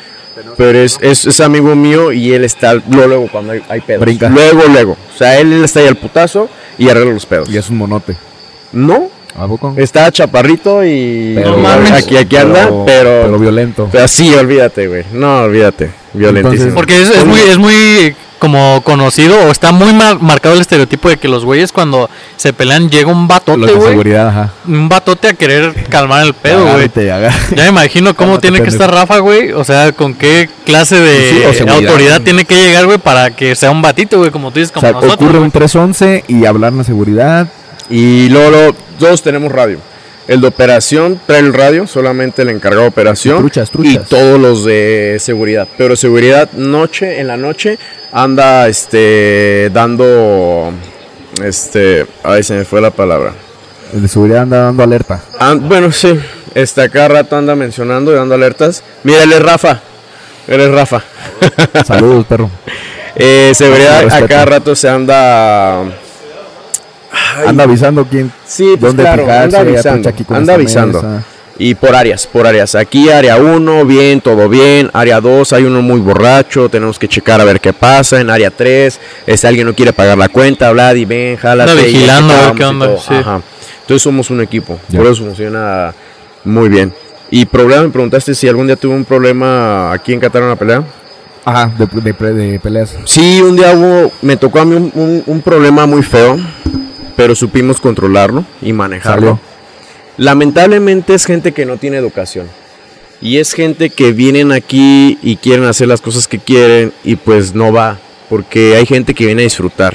Speaker 3: pero es, es, es amigo mío y él está luego, luego cuando hay, hay pedos.
Speaker 1: Brinca.
Speaker 3: Luego, luego. O sea, él está ahí al putazo y arregla los pedos.
Speaker 1: Y es un monote.
Speaker 3: No,
Speaker 1: ¿A poco?
Speaker 3: está chaparrito y
Speaker 2: No mames.
Speaker 3: aquí, aquí anda, pero,
Speaker 1: Pero violento.
Speaker 3: pero sí, olvídate, güey. No, olvídate. Violentísimo.
Speaker 2: Porque es, es muy, es muy como conocido o está muy mar- marcado el estereotipo de que los güeyes cuando se pelean llega
Speaker 1: Los
Speaker 2: un
Speaker 3: este
Speaker 2: batote,
Speaker 1: de
Speaker 2: güey.
Speaker 1: seguridad, ajá.
Speaker 2: Un batote a querer calmar el pedo, güey.
Speaker 1: Agárrate, agárrate.
Speaker 2: Ya me imagino cómo
Speaker 1: Cálmate,
Speaker 2: tiene que
Speaker 1: pendejo.
Speaker 2: estar Rafa, güey. O sea, con qué clase
Speaker 1: Sí, o
Speaker 2: de
Speaker 1: seguridad.
Speaker 2: autoridad tiene que llegar, güey, para que sea un batito, güey, como tú dices,
Speaker 1: O
Speaker 2: como
Speaker 1: sea,
Speaker 2: nosotros.
Speaker 1: ocurre
Speaker 2: güey.
Speaker 1: un 311 y hablar la seguridad.
Speaker 3: Y luego, luego, todos tenemos radio. El de operación trae el radio, solamente el encargado de operación.
Speaker 1: Y truchas, truchas.
Speaker 3: Y todos los de seguridad. Pero seguridad, noche, en la noche, anda este dando. Este. Ay, se me fue la palabra.
Speaker 1: El de seguridad anda dando alerta.
Speaker 3: An- bueno, sí. Este acá rato anda mencionando y dando alertas. Mira, él es Rafa. Él es Rafa.
Speaker 1: Saludos, perro.
Speaker 3: Eh, seguridad,
Speaker 1: Respeto.
Speaker 3: acá rato se anda.
Speaker 1: Anda avisando quién.
Speaker 3: Sí, pues
Speaker 1: ¿Dónde
Speaker 3: claro,
Speaker 1: fijarse?
Speaker 3: anda
Speaker 1: Ya
Speaker 3: avisando.
Speaker 1: pinche aquí con
Speaker 3: Anda
Speaker 1: esta
Speaker 3: avisando.
Speaker 1: mesa.
Speaker 3: Y por áreas, por áreas. Aquí área 1, bien, todo bien. Área 2, hay uno muy borracho, tenemos que checar a ver qué pasa. En área 3, este, alguien no quiere pagar la cuenta, Vlad y ven, jálate.
Speaker 2: Anda
Speaker 3: y
Speaker 2: vigilando a ver qué onda,
Speaker 3: checamos y todo.
Speaker 2: sí.
Speaker 3: Ajá. Entonces somos un equipo,
Speaker 1: Ya.
Speaker 3: por eso funciona muy bien. Y problema, me preguntaste si algún día tuve un problema aquí en Qatar en la pelea.
Speaker 1: Ajá, de, de, pre- de peleas.
Speaker 3: Sí, un día hubo, me tocó a mí un, un- un problema muy feo, pero supimos controlarlo y manejarlo.
Speaker 1: Salió.
Speaker 3: Lamentablemente es gente que no tiene educación. Y es gente que vienen aquí y quieren hacer las cosas que quieren y pues no va, porque hay gente que viene a disfrutar.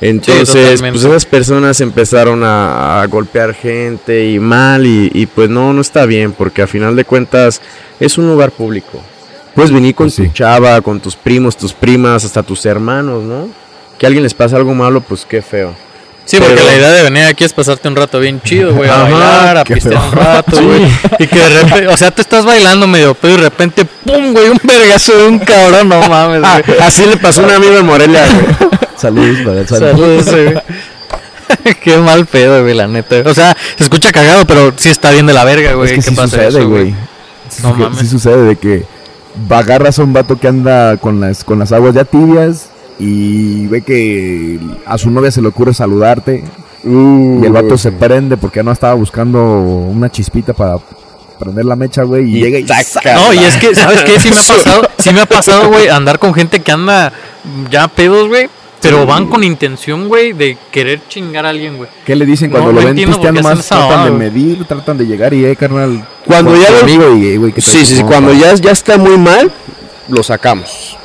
Speaker 3: Entonces,
Speaker 2: totalmente.
Speaker 3: pues esas personas empezaron a, a golpear gente y mal y, y, pues no, no está bien, porque a final de cuentas es un lugar público. Puedes venir con
Speaker 1: Pues sí.
Speaker 3: tu chava, con tus primos, tus primas, hasta tus hermanos, ¿no? Que a alguien les pasa algo malo, pues qué feo.
Speaker 2: Sí, porque
Speaker 3: Pero-
Speaker 2: la idea de venir aquí es pasarte un rato bien chido, güey, a
Speaker 3: Ajá,
Speaker 2: bailar, a
Speaker 1: qué
Speaker 2: pistear un
Speaker 1: feo.
Speaker 2: rato, güey. Y que de repente, o sea, tú estás bailando medio pedo y de repente, pum, güey, un vergazo de un cabrón, no mames, güey.
Speaker 3: así le pasó a un amigo en Morelia. güey.
Speaker 1: Saludos, para el saludo.
Speaker 2: Saludos, güey. Qué mal pedo, güey, la neta. O sea, se escucha cagado, pero sí está bien de la verga, güey.
Speaker 1: Es que
Speaker 2: ¿Qué
Speaker 1: sí
Speaker 2: pasa
Speaker 1: sucede,
Speaker 2: eso,
Speaker 1: güey. Sí,
Speaker 2: No
Speaker 1: su-
Speaker 2: mames.
Speaker 1: sí sucede de que agarras a un vato que anda con las, con las aguas ya tibias y ve que a su novia se le ocurre saludarte y
Speaker 3: Uh.
Speaker 1: el vato se prende porque no estaba buscando una chispita para prender la mecha, güey, y,
Speaker 3: Y
Speaker 1: llega y
Speaker 3: taca.
Speaker 1: saca.
Speaker 2: No, y es que, ¿sabes qué? Sí me ha pasado, sí me ha pasado, güey, andar con gente que anda ya pedos, güey. Pero van con intención, güey, de querer chingar a alguien, güey.
Speaker 1: ¿Qué le dicen
Speaker 2: No,
Speaker 1: cuando lo
Speaker 2: no
Speaker 1: ven
Speaker 2: entiendo por qué
Speaker 1: pisteando
Speaker 2: hacen
Speaker 1: más?
Speaker 2: esa
Speaker 1: Tratan de
Speaker 2: mamada,
Speaker 1: medir, tratan de llegar y, eh, carnal.
Speaker 3: Cuando
Speaker 1: pon
Speaker 3: ya
Speaker 1: tu
Speaker 3: lo-
Speaker 1: amigo y, eh, güey, ¿qué tal
Speaker 3: Sí,
Speaker 1: si
Speaker 3: sí, sí,
Speaker 1: no,
Speaker 3: cuando
Speaker 1: pa-
Speaker 3: ya, ya está muy mal, lo sacamos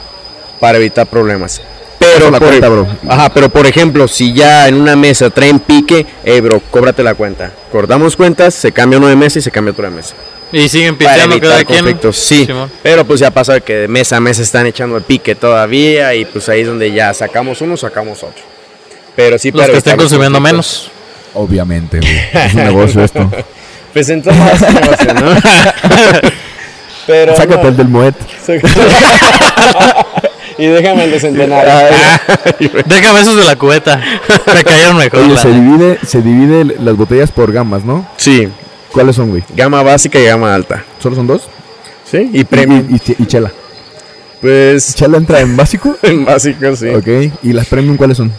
Speaker 3: para evitar problemas. Pero, pues
Speaker 1: Pasa la
Speaker 3: por,
Speaker 1: cuenta, bro.
Speaker 3: Ajá, pero por ejemplo, si ya en una mesa traen pique, eh, bro, cóbrate la cuenta. Cortamos cuentas, se cambia uno de mesa y se cambia otro de mesa.
Speaker 2: Y siguen
Speaker 3: Para
Speaker 2: pisteando cada
Speaker 3: evitar
Speaker 2: quien.
Speaker 3: conflictos, sí.
Speaker 2: Simón.
Speaker 3: Pero pues ya pasa que de mesa a mesa están echando el pique todavía y pues ahí es donde ya sacamos uno, sacamos otro. Pero sí,
Speaker 2: Los
Speaker 3: para
Speaker 2: que
Speaker 3: evitar
Speaker 2: estén consumiendo menos.
Speaker 3: conflictos.
Speaker 1: Obviamente, güey. Es un negocio esto.
Speaker 3: Pues entonces, negocio, ¿no? pero
Speaker 1: Sácate
Speaker 3: no.
Speaker 1: el del Moet.
Speaker 3: y déjame el desentenado.
Speaker 2: Déjame esos de la cubeta. Me cayeron mejor.
Speaker 1: Oye,
Speaker 2: la
Speaker 1: se
Speaker 2: neta.
Speaker 1: divide, se divide l- las botellas por gamas, ¿no?
Speaker 3: Sí,
Speaker 1: ¿Cuáles son, güey?
Speaker 3: gama básica y gama alta.
Speaker 1: ¿Solo son dos?
Speaker 3: Sí, y
Speaker 1: Y, y che- y chela.
Speaker 3: Pues
Speaker 1: ¿Chela entra en básico?
Speaker 3: en básico, sí.
Speaker 1: Ok. ¿Y las premium cuáles son?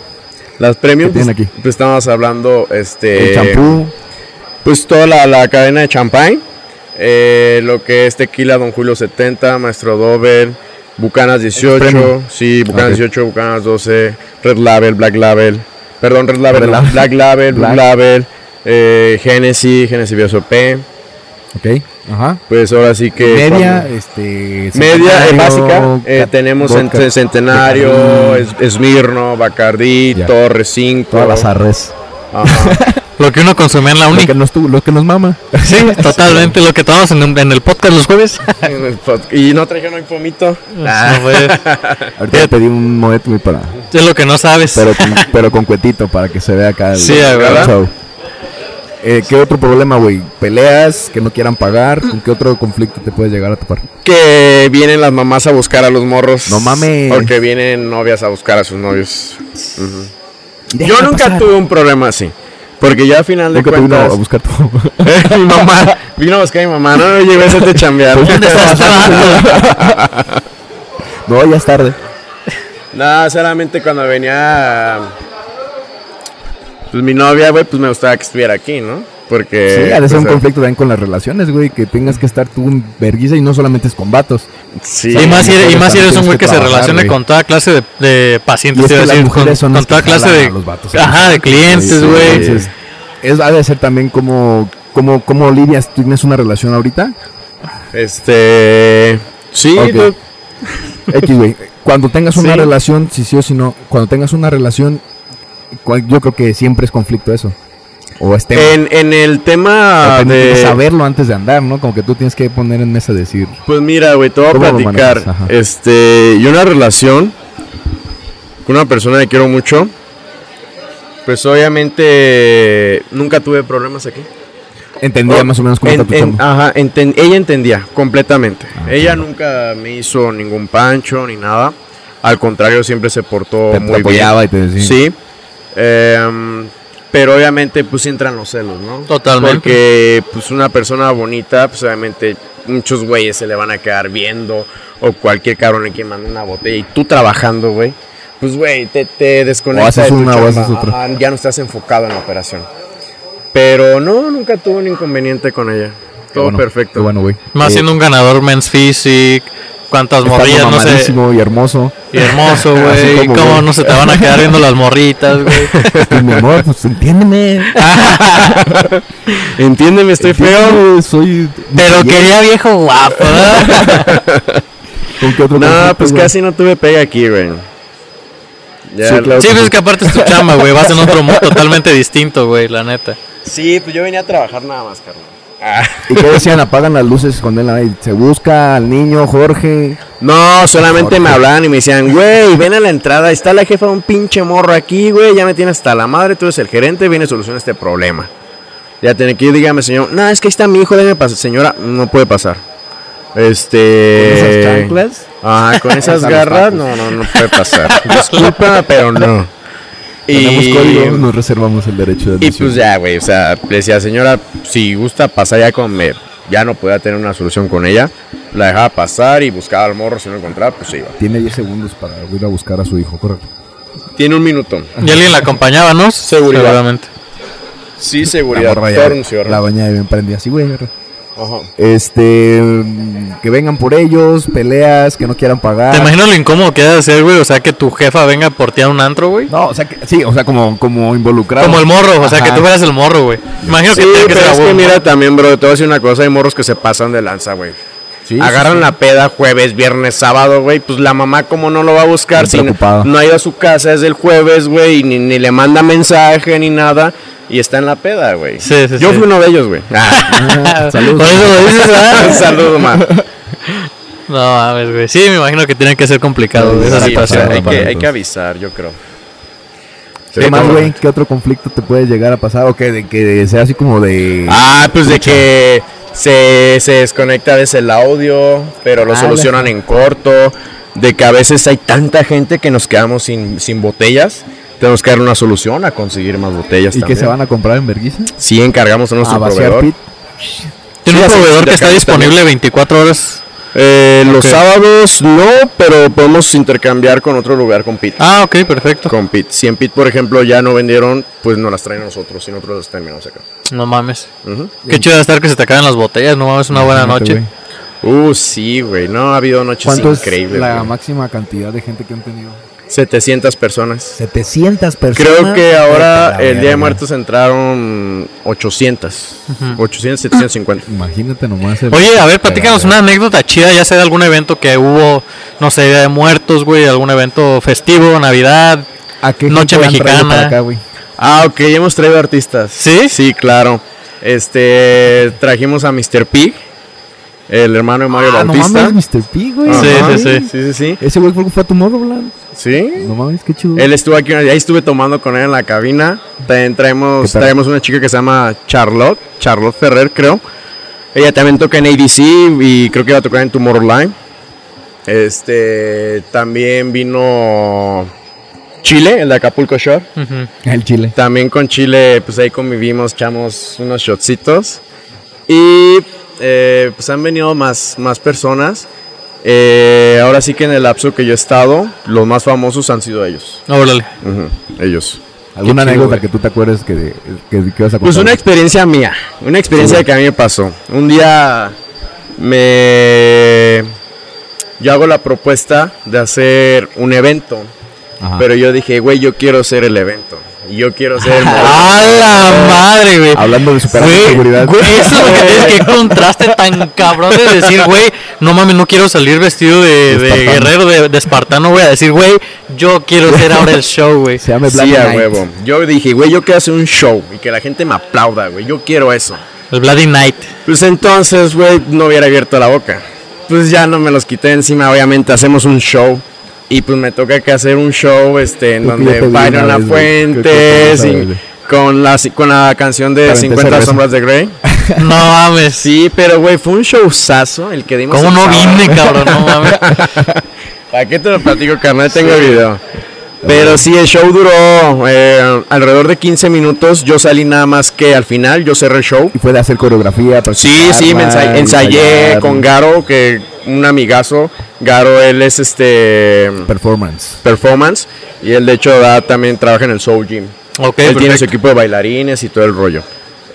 Speaker 3: Las premium,
Speaker 1: ¿Qué
Speaker 3: pues,
Speaker 1: tienen aquí?
Speaker 3: pues, estamos hablando, este...
Speaker 1: el champú.
Speaker 3: Pues toda la, la cadena de champagne, eh, lo que es tequila Don Julio 70, Maestro Dover, Bucanas 18,
Speaker 1: premium.
Speaker 3: sí, Bucanas
Speaker 1: Ok.
Speaker 3: 18, Bucanas 12, Red Label, Black Label, perdón, Red Label,
Speaker 1: Red
Speaker 3: no,
Speaker 1: Label.
Speaker 3: Black Label, Blue
Speaker 1: Black.
Speaker 3: Label, eh, Genesis, Genesis P
Speaker 1: Ok. Ajá.
Speaker 3: pues ahora sí que...
Speaker 1: Media, este.
Speaker 3: Media eh,
Speaker 1: centenario,
Speaker 3: básica, eh,
Speaker 1: cat-
Speaker 3: tenemos
Speaker 1: vodka,
Speaker 3: Cent- Centenario,
Speaker 1: Bacardí,
Speaker 3: es- Esmirno, Bacardí,
Speaker 1: Ya.
Speaker 3: Torres 5.
Speaker 1: Todas las arres.
Speaker 3: Ajá.
Speaker 2: Lo que uno consumía en la
Speaker 1: Lo
Speaker 2: única.
Speaker 1: que, nos, tu- lo que nos mama.
Speaker 2: Sí, totalmente. Lo que tomamos en, en el podcast los jueves.
Speaker 3: y no trajeron hoy pomito.
Speaker 2: Ah, No, pues. güey,
Speaker 1: Ahorita le pedí un Moet, güey, para.
Speaker 2: es lo que no sabes.
Speaker 1: Pero con, pero con cuetito, para que se vea acá. el-
Speaker 2: Sí, güey,
Speaker 1: el
Speaker 2: ¿verdad?
Speaker 1: show. eh, ¿qué otro problema, güey? ¿Peleas que no quieran pagar? ¿Con qué otro conflicto te puedes llegar a topar?
Speaker 3: Que vienen las mamás a buscar a los morros.
Speaker 1: No mames.
Speaker 3: Porque vienen novias a buscar a sus novios. Yo nunca tuve un problema así. Porque ya al final de
Speaker 1: Nunca te vino a
Speaker 3: cuentas. Eh,
Speaker 1: buscar tu
Speaker 3: mi mamá. Vino a buscar a mi mamá. No, no llegué a de chambear.
Speaker 1: Pues No, ya es tarde.
Speaker 3: No, solamente cuando venía. Pues mi novia, güey, pues me gustaba que estuviera aquí, ¿no? Porque.
Speaker 1: sí, ha de
Speaker 3: pues,
Speaker 1: ser un
Speaker 3: eh,
Speaker 1: conflicto también con las relaciones, güey. Que tengas que estar tú un verguiza y no solamente es combatos.
Speaker 3: Sí.
Speaker 2: Y más, si eres, y más si eres un güey que se
Speaker 1: Trabajar,
Speaker 2: relacione
Speaker 1: güey.
Speaker 2: con toda clase de, de pacientes,
Speaker 1: Y es
Speaker 2: te
Speaker 1: que
Speaker 2: iba a
Speaker 1: las
Speaker 2: decir,
Speaker 1: mujeres
Speaker 2: con,
Speaker 1: son las
Speaker 2: con toda
Speaker 1: que jalan
Speaker 2: clase de,
Speaker 1: a los vatos.
Speaker 2: ajá, de clientes,
Speaker 3: Sí,
Speaker 2: güey.
Speaker 3: sí.
Speaker 1: Entonces, es, ha de ser también como, como, como lidias. ¿Tú ¿Tienes una relación ahorita?
Speaker 3: Este. Sí,
Speaker 1: Ok.
Speaker 3: no-
Speaker 1: X, güey. Cuando tengas una
Speaker 3: Sí.
Speaker 1: relación, si sí o si no, cuando tengas una relación, cual- yo creo que siempre es conflicto eso. O es tema.
Speaker 2: Eh,
Speaker 3: en, en el tema
Speaker 1: O tienes que
Speaker 3: de.
Speaker 1: saberlo antes de andar, ¿no? Como que tú tienes que poner en mesa decir.
Speaker 3: Pues mira, güey, te voy a
Speaker 1: ¿Cómo lo
Speaker 3: platicar.
Speaker 1: manejas? Ajá.
Speaker 3: Este, yo una relación con una persona que quiero mucho. Pues obviamente nunca tuve problemas aquí.
Speaker 1: Entendía
Speaker 3: Oh,
Speaker 1: más o menos cómo
Speaker 3: en-
Speaker 1: está tu
Speaker 3: en- ah,
Speaker 1: chamba.
Speaker 3: Ajá, enten- ella entendía completamente.
Speaker 1: Ah,
Speaker 3: ella nunca me hizo ningún pancho ni nada. Al contrario, siempre se
Speaker 1: te,
Speaker 3: portó
Speaker 1: te
Speaker 3: muy
Speaker 1: apoyaba y te
Speaker 3: bien.
Speaker 1: decía.
Speaker 3: Sí. Em, pero obviamente pues sí entran los celos, ¿no?
Speaker 2: Totalmente.
Speaker 3: Porque pues una persona bonita, pues obviamente muchos güeyes se le van a quedar viendo o cualquier cabrón le que manda una botella y tú trabajando, güey. Pues güey, te, te desconectas
Speaker 1: O haces
Speaker 3: de tu
Speaker 1: una o
Speaker 3: chamba.
Speaker 1: haces otra.
Speaker 3: Ajá, ya no estás enfocado en la operación. Pero no, nunca tuve un inconveniente con ella.
Speaker 1: Qué
Speaker 3: Todo
Speaker 1: bueno, qué
Speaker 3: perfecto.
Speaker 1: bueno, güey.
Speaker 2: Más
Speaker 1: Eh,
Speaker 2: siendo un ganador men's physique, cuántas
Speaker 1: estando
Speaker 2: morrillas, no sé,
Speaker 1: mamadísimo y hermoso.
Speaker 2: y hermoso,
Speaker 1: Así
Speaker 2: güey,
Speaker 1: como,
Speaker 2: cómo
Speaker 1: güey.
Speaker 2: no se te van a quedar viendo las morritas, güey.
Speaker 1: Pues, mi amor, pues entiéndeme.
Speaker 3: Entiéndeme, estoy feo.
Speaker 1: Entiéndeme, Soy.
Speaker 2: Pero
Speaker 1: ¿Y
Speaker 2: quería viejo guapo.
Speaker 1: ¿Con qué otro
Speaker 3: No,
Speaker 1: conflicto,
Speaker 3: pues
Speaker 1: güey?
Speaker 3: casi no tuve pega aquí, güey. Ya-
Speaker 1: Sí, claro.
Speaker 2: Sí, pues es que aparte es tu chamba, güey, vas en otro mundo totalmente distinto, güey, la neta.
Speaker 3: Sí, pues yo venía a trabajar nada más, carnal. Ah.
Speaker 1: ¿Y qué decían? Apagan las luces con él ahí. Se busca al niño Jorge.
Speaker 3: No, solamente
Speaker 1: Jorge.
Speaker 3: me hablaban y me decían, güey, ven a la entrada, está la jefa de un pinche morro aquí, güey, ya me tiene hasta la madre, tú eres el gerente, viene a solucionar este problema. Ya tiene que ir, dígame, señor, no, es que ahí está mi hijo, déjeme pasar, señora, no puede pasar. Este...
Speaker 1: Esas chanclas.
Speaker 3: Ajá, con esas
Speaker 1: Hasta los
Speaker 3: garras,
Speaker 1: tacos.
Speaker 3: no, no, no puede pasar. Disculpa, pero no.
Speaker 1: Tenemos código, nos reservamos el derecho de
Speaker 3: Y
Speaker 1: admisión.
Speaker 3: pues ya, güey, o sea, le decía, señora, si gusta pasar ya con me, ya no podía tener una solución con ella, la dejaba pasar y buscaba al morro, si no encontraba, pues se iba.
Speaker 1: Tiene 10 segundos para ir a buscar a su hijo, corre.
Speaker 3: Tiene un minuto.
Speaker 2: Y alguien la acompañaba, ¿no?
Speaker 3: Seguridad.
Speaker 2: Seguramente.
Speaker 3: Sí,
Speaker 1: La
Speaker 3: seguridad.
Speaker 1: morra ya,
Speaker 3: Torn, señor.
Speaker 1: la baña bien prendida así, güey. corre.
Speaker 3: Ajá.
Speaker 1: Este, mm, que vengan por ellos, peleas, que no quieran pagar.
Speaker 3: Ah.
Speaker 2: Te imagino lo incómodo que ha de ser, güey, o sea, que tu jefa venga por ti a un antro, güey.
Speaker 1: No, o sea, que, sí, o sea, como, como involucrado.
Speaker 2: Como el morro, o sea, que
Speaker 1: Ajá.
Speaker 2: tú fueras el morro, güey. Imagino
Speaker 3: Sí,
Speaker 2: que tiene que
Speaker 3: pero
Speaker 2: ser
Speaker 3: es
Speaker 2: a
Speaker 3: que
Speaker 2: huevo,
Speaker 3: mira
Speaker 2: ¿no?
Speaker 3: también, bro, te voy a decir una cosa, hay morros que se pasan de lanza, güey.
Speaker 1: Sí,
Speaker 3: Agarran
Speaker 1: sí, sí.
Speaker 3: la peda jueves, viernes, sábado, güey. Pues la mamá, como no lo va a buscar,
Speaker 1: Bien
Speaker 3: si no,
Speaker 1: preocupada.
Speaker 3: no ha ido a su casa desde el jueves, güey, y ni, ni le manda mensaje ni nada. Y está en la peda, güey.
Speaker 2: Sí, sí,
Speaker 3: Yo
Speaker 2: sí.
Speaker 3: fui uno de ellos, güey.
Speaker 1: Ah, saludos.
Speaker 2: Por eso lo dices, ¿verdad?
Speaker 3: Un saludo, ma.
Speaker 2: No mames, güey. Sí, me imagino que tiene que ser complicado
Speaker 1: Sí,
Speaker 2: güey, esa
Speaker 1: sí,
Speaker 2: situación.
Speaker 1: o sea,
Speaker 3: hay, que,
Speaker 1: Para
Speaker 3: hay que
Speaker 1: todos.
Speaker 3: avisar, yo creo.
Speaker 1: ¿Qué más, güey? ¿Qué otro conflicto te puede llegar a pasar? O que, de, que sea así como de.
Speaker 3: Ah, pues de que se, se desconecta a veces el audio, pero lo
Speaker 1: Ah,
Speaker 3: solucionan en corto. De que a veces hay tanta gente que nos quedamos sin, sin botellas. Tenemos que dar una solución a conseguir más botellas.
Speaker 1: ¿Y que
Speaker 3: también.
Speaker 1: se van a comprar en Berguisa?
Speaker 3: Sí, encargamos a
Speaker 1: A
Speaker 3: nuestro
Speaker 1: vaciar
Speaker 3: proveedor.
Speaker 1: pit.
Speaker 2: Tiene un
Speaker 3: Sí, así,
Speaker 2: proveedor
Speaker 3: de
Speaker 2: que está
Speaker 3: acá también.
Speaker 2: disponible 24 horas.
Speaker 3: Eh, Los
Speaker 2: Ok.
Speaker 3: sábados no, pero podemos intercambiar con otro lugar con Pit.
Speaker 2: Ah, ok, perfecto.
Speaker 3: Con Pit. Si en Pit, por ejemplo, ya no vendieron, pues nos las traen a nosotros y nosotros las terminamos acá.
Speaker 2: No mames.
Speaker 3: Ujú.
Speaker 2: Qué chido de estar que se te acaben las botellas, no mames, una buena
Speaker 1: Imagínate,
Speaker 2: noche.
Speaker 1: güey.
Speaker 3: Uh, sí, güey. No, ha habido noches
Speaker 1: ¿Cuánto es
Speaker 3: increíbles.
Speaker 1: la
Speaker 3: güey.
Speaker 1: máxima cantidad de gente que han tenido?
Speaker 3: 700 personas.
Speaker 1: 700 personas.
Speaker 3: Creo que
Speaker 1: Vete
Speaker 3: ahora
Speaker 1: a la
Speaker 3: el Día de
Speaker 1: verga.
Speaker 3: Muertos entraron 800.
Speaker 2: Ujú.
Speaker 3: 800, 750.
Speaker 1: Imagínate nomás. el-
Speaker 2: Oye, a ver, platícanos una anécdota chida, ya sea de algún evento que hubo, no sé, Día de muertos, güey, algún evento festivo, Navidad.
Speaker 1: ¿A qué
Speaker 2: noche
Speaker 1: gente han traído
Speaker 2: mexicana.
Speaker 1: para acá, güey?
Speaker 3: Ah, ok, hemos traído artistas.
Speaker 2: ¿Sí?
Speaker 3: Sí, claro. Este, trajimos a Mr. Pig. el hermano de Mario
Speaker 1: Ah, no
Speaker 3: Bautista.
Speaker 1: mames, Mr. P, güey.
Speaker 3: Ajá.
Speaker 2: Sí,
Speaker 1: no mames.
Speaker 2: sí,
Speaker 3: Sí, sí, sí.
Speaker 1: Ese güey fue fue a Tomorrowland.
Speaker 3: Sí.
Speaker 1: No mames, qué chido.
Speaker 3: Él estuvo aquí, ahí estuve tomando con él en la cabina. También
Speaker 1: ¿Qué
Speaker 3: traemos,
Speaker 1: tal?
Speaker 3: traemos una chica que se llama Charlotte, Charlotte Ferrer, creo. Ella también toca en ADC y creo que va a tocar en Tomorrowland. Este, también vino Chile, el de Acapulco Shore.
Speaker 2: Ujú.
Speaker 1: El chile.
Speaker 3: También con Chile, pues ahí convivimos, echamos unos shotcitos. Y eh, pues han venido más, más personas. Eh, ahora sí que en el lapso que yo he estado, los más famosos han sido ellos.
Speaker 2: Órale.
Speaker 3: Ujú, ellos.
Speaker 1: ¿Alguna
Speaker 2: Qué chido,
Speaker 1: anécdota
Speaker 2: güey.
Speaker 1: que tú te acuerdes que, de- que, que vas a contar?
Speaker 3: Pues una experiencia mía, una experiencia
Speaker 1: Sí,
Speaker 3: que a mí me pasó. Un día me... Yo hago la propuesta de hacer un evento,
Speaker 1: Ajá.
Speaker 3: pero yo dije, güey, yo quiero ser el evento. Y yo quiero ser el
Speaker 2: Ah,
Speaker 3: modelo".
Speaker 2: ¡A la madre,
Speaker 3: eh,
Speaker 2: güey!
Speaker 1: Hablando de superar
Speaker 2: Güey,
Speaker 1: la seguridad.
Speaker 2: güey, eso es lo que tienes que contraste tan cabrón de decir, güey, no mames, no quiero salir vestido de, de
Speaker 1: Espartano.
Speaker 2: guerrero, de, de espartano, güey, a decir, güey, yo quiero ser ahora el show, güey.
Speaker 1: Se llama Black
Speaker 3: Sí, a
Speaker 1: Knight.
Speaker 3: huevo. Yo dije, güey, yo quiero hacer un show y que la gente me aplauda, güey. Yo quiero eso.
Speaker 2: El Bloody Knight.
Speaker 3: Pues entonces, güey, no hubiera abierto la boca. Pues ya no me los quité encima, obviamente hacemos un show. Y pues me toca que hacer un show este,
Speaker 1: Tú que
Speaker 3: en
Speaker 1: ya
Speaker 3: donde
Speaker 1: te vi
Speaker 3: Byron
Speaker 1: una
Speaker 3: La
Speaker 1: vez, güey, que- que
Speaker 3: Fuentes
Speaker 1: te
Speaker 3: y
Speaker 1: vas a ver.
Speaker 3: con la, con la canción de
Speaker 1: Para
Speaker 3: 50
Speaker 1: empezar,
Speaker 3: Sombras de Grey.
Speaker 2: No mames.
Speaker 3: Sí, pero güey, fue un showzazo el que dimos.
Speaker 2: ¿Cómo
Speaker 3: el
Speaker 2: no
Speaker 3: sábado.
Speaker 2: vine, cabrón? No mames.
Speaker 3: ¿Para qué te lo platico, carnal? Tengo el video. Pero sí, el show duró eh, alrededor de 15 minutos. Yo salí nada más que al final, yo cerré el show.
Speaker 1: Y fue de hacer coreografía.
Speaker 3: Sí, sí, me ensa-
Speaker 1: practicarla,
Speaker 3: ensayé
Speaker 1: ensayar,
Speaker 3: con Garo, que un amigazo. Garo, él es este
Speaker 1: Performance.
Speaker 3: performance y él de hecho da, también trabaja en el Soul Gym.
Speaker 2: Ok,
Speaker 3: él tiene
Speaker 2: perfecto.
Speaker 3: su equipo de bailarines y todo el rollo.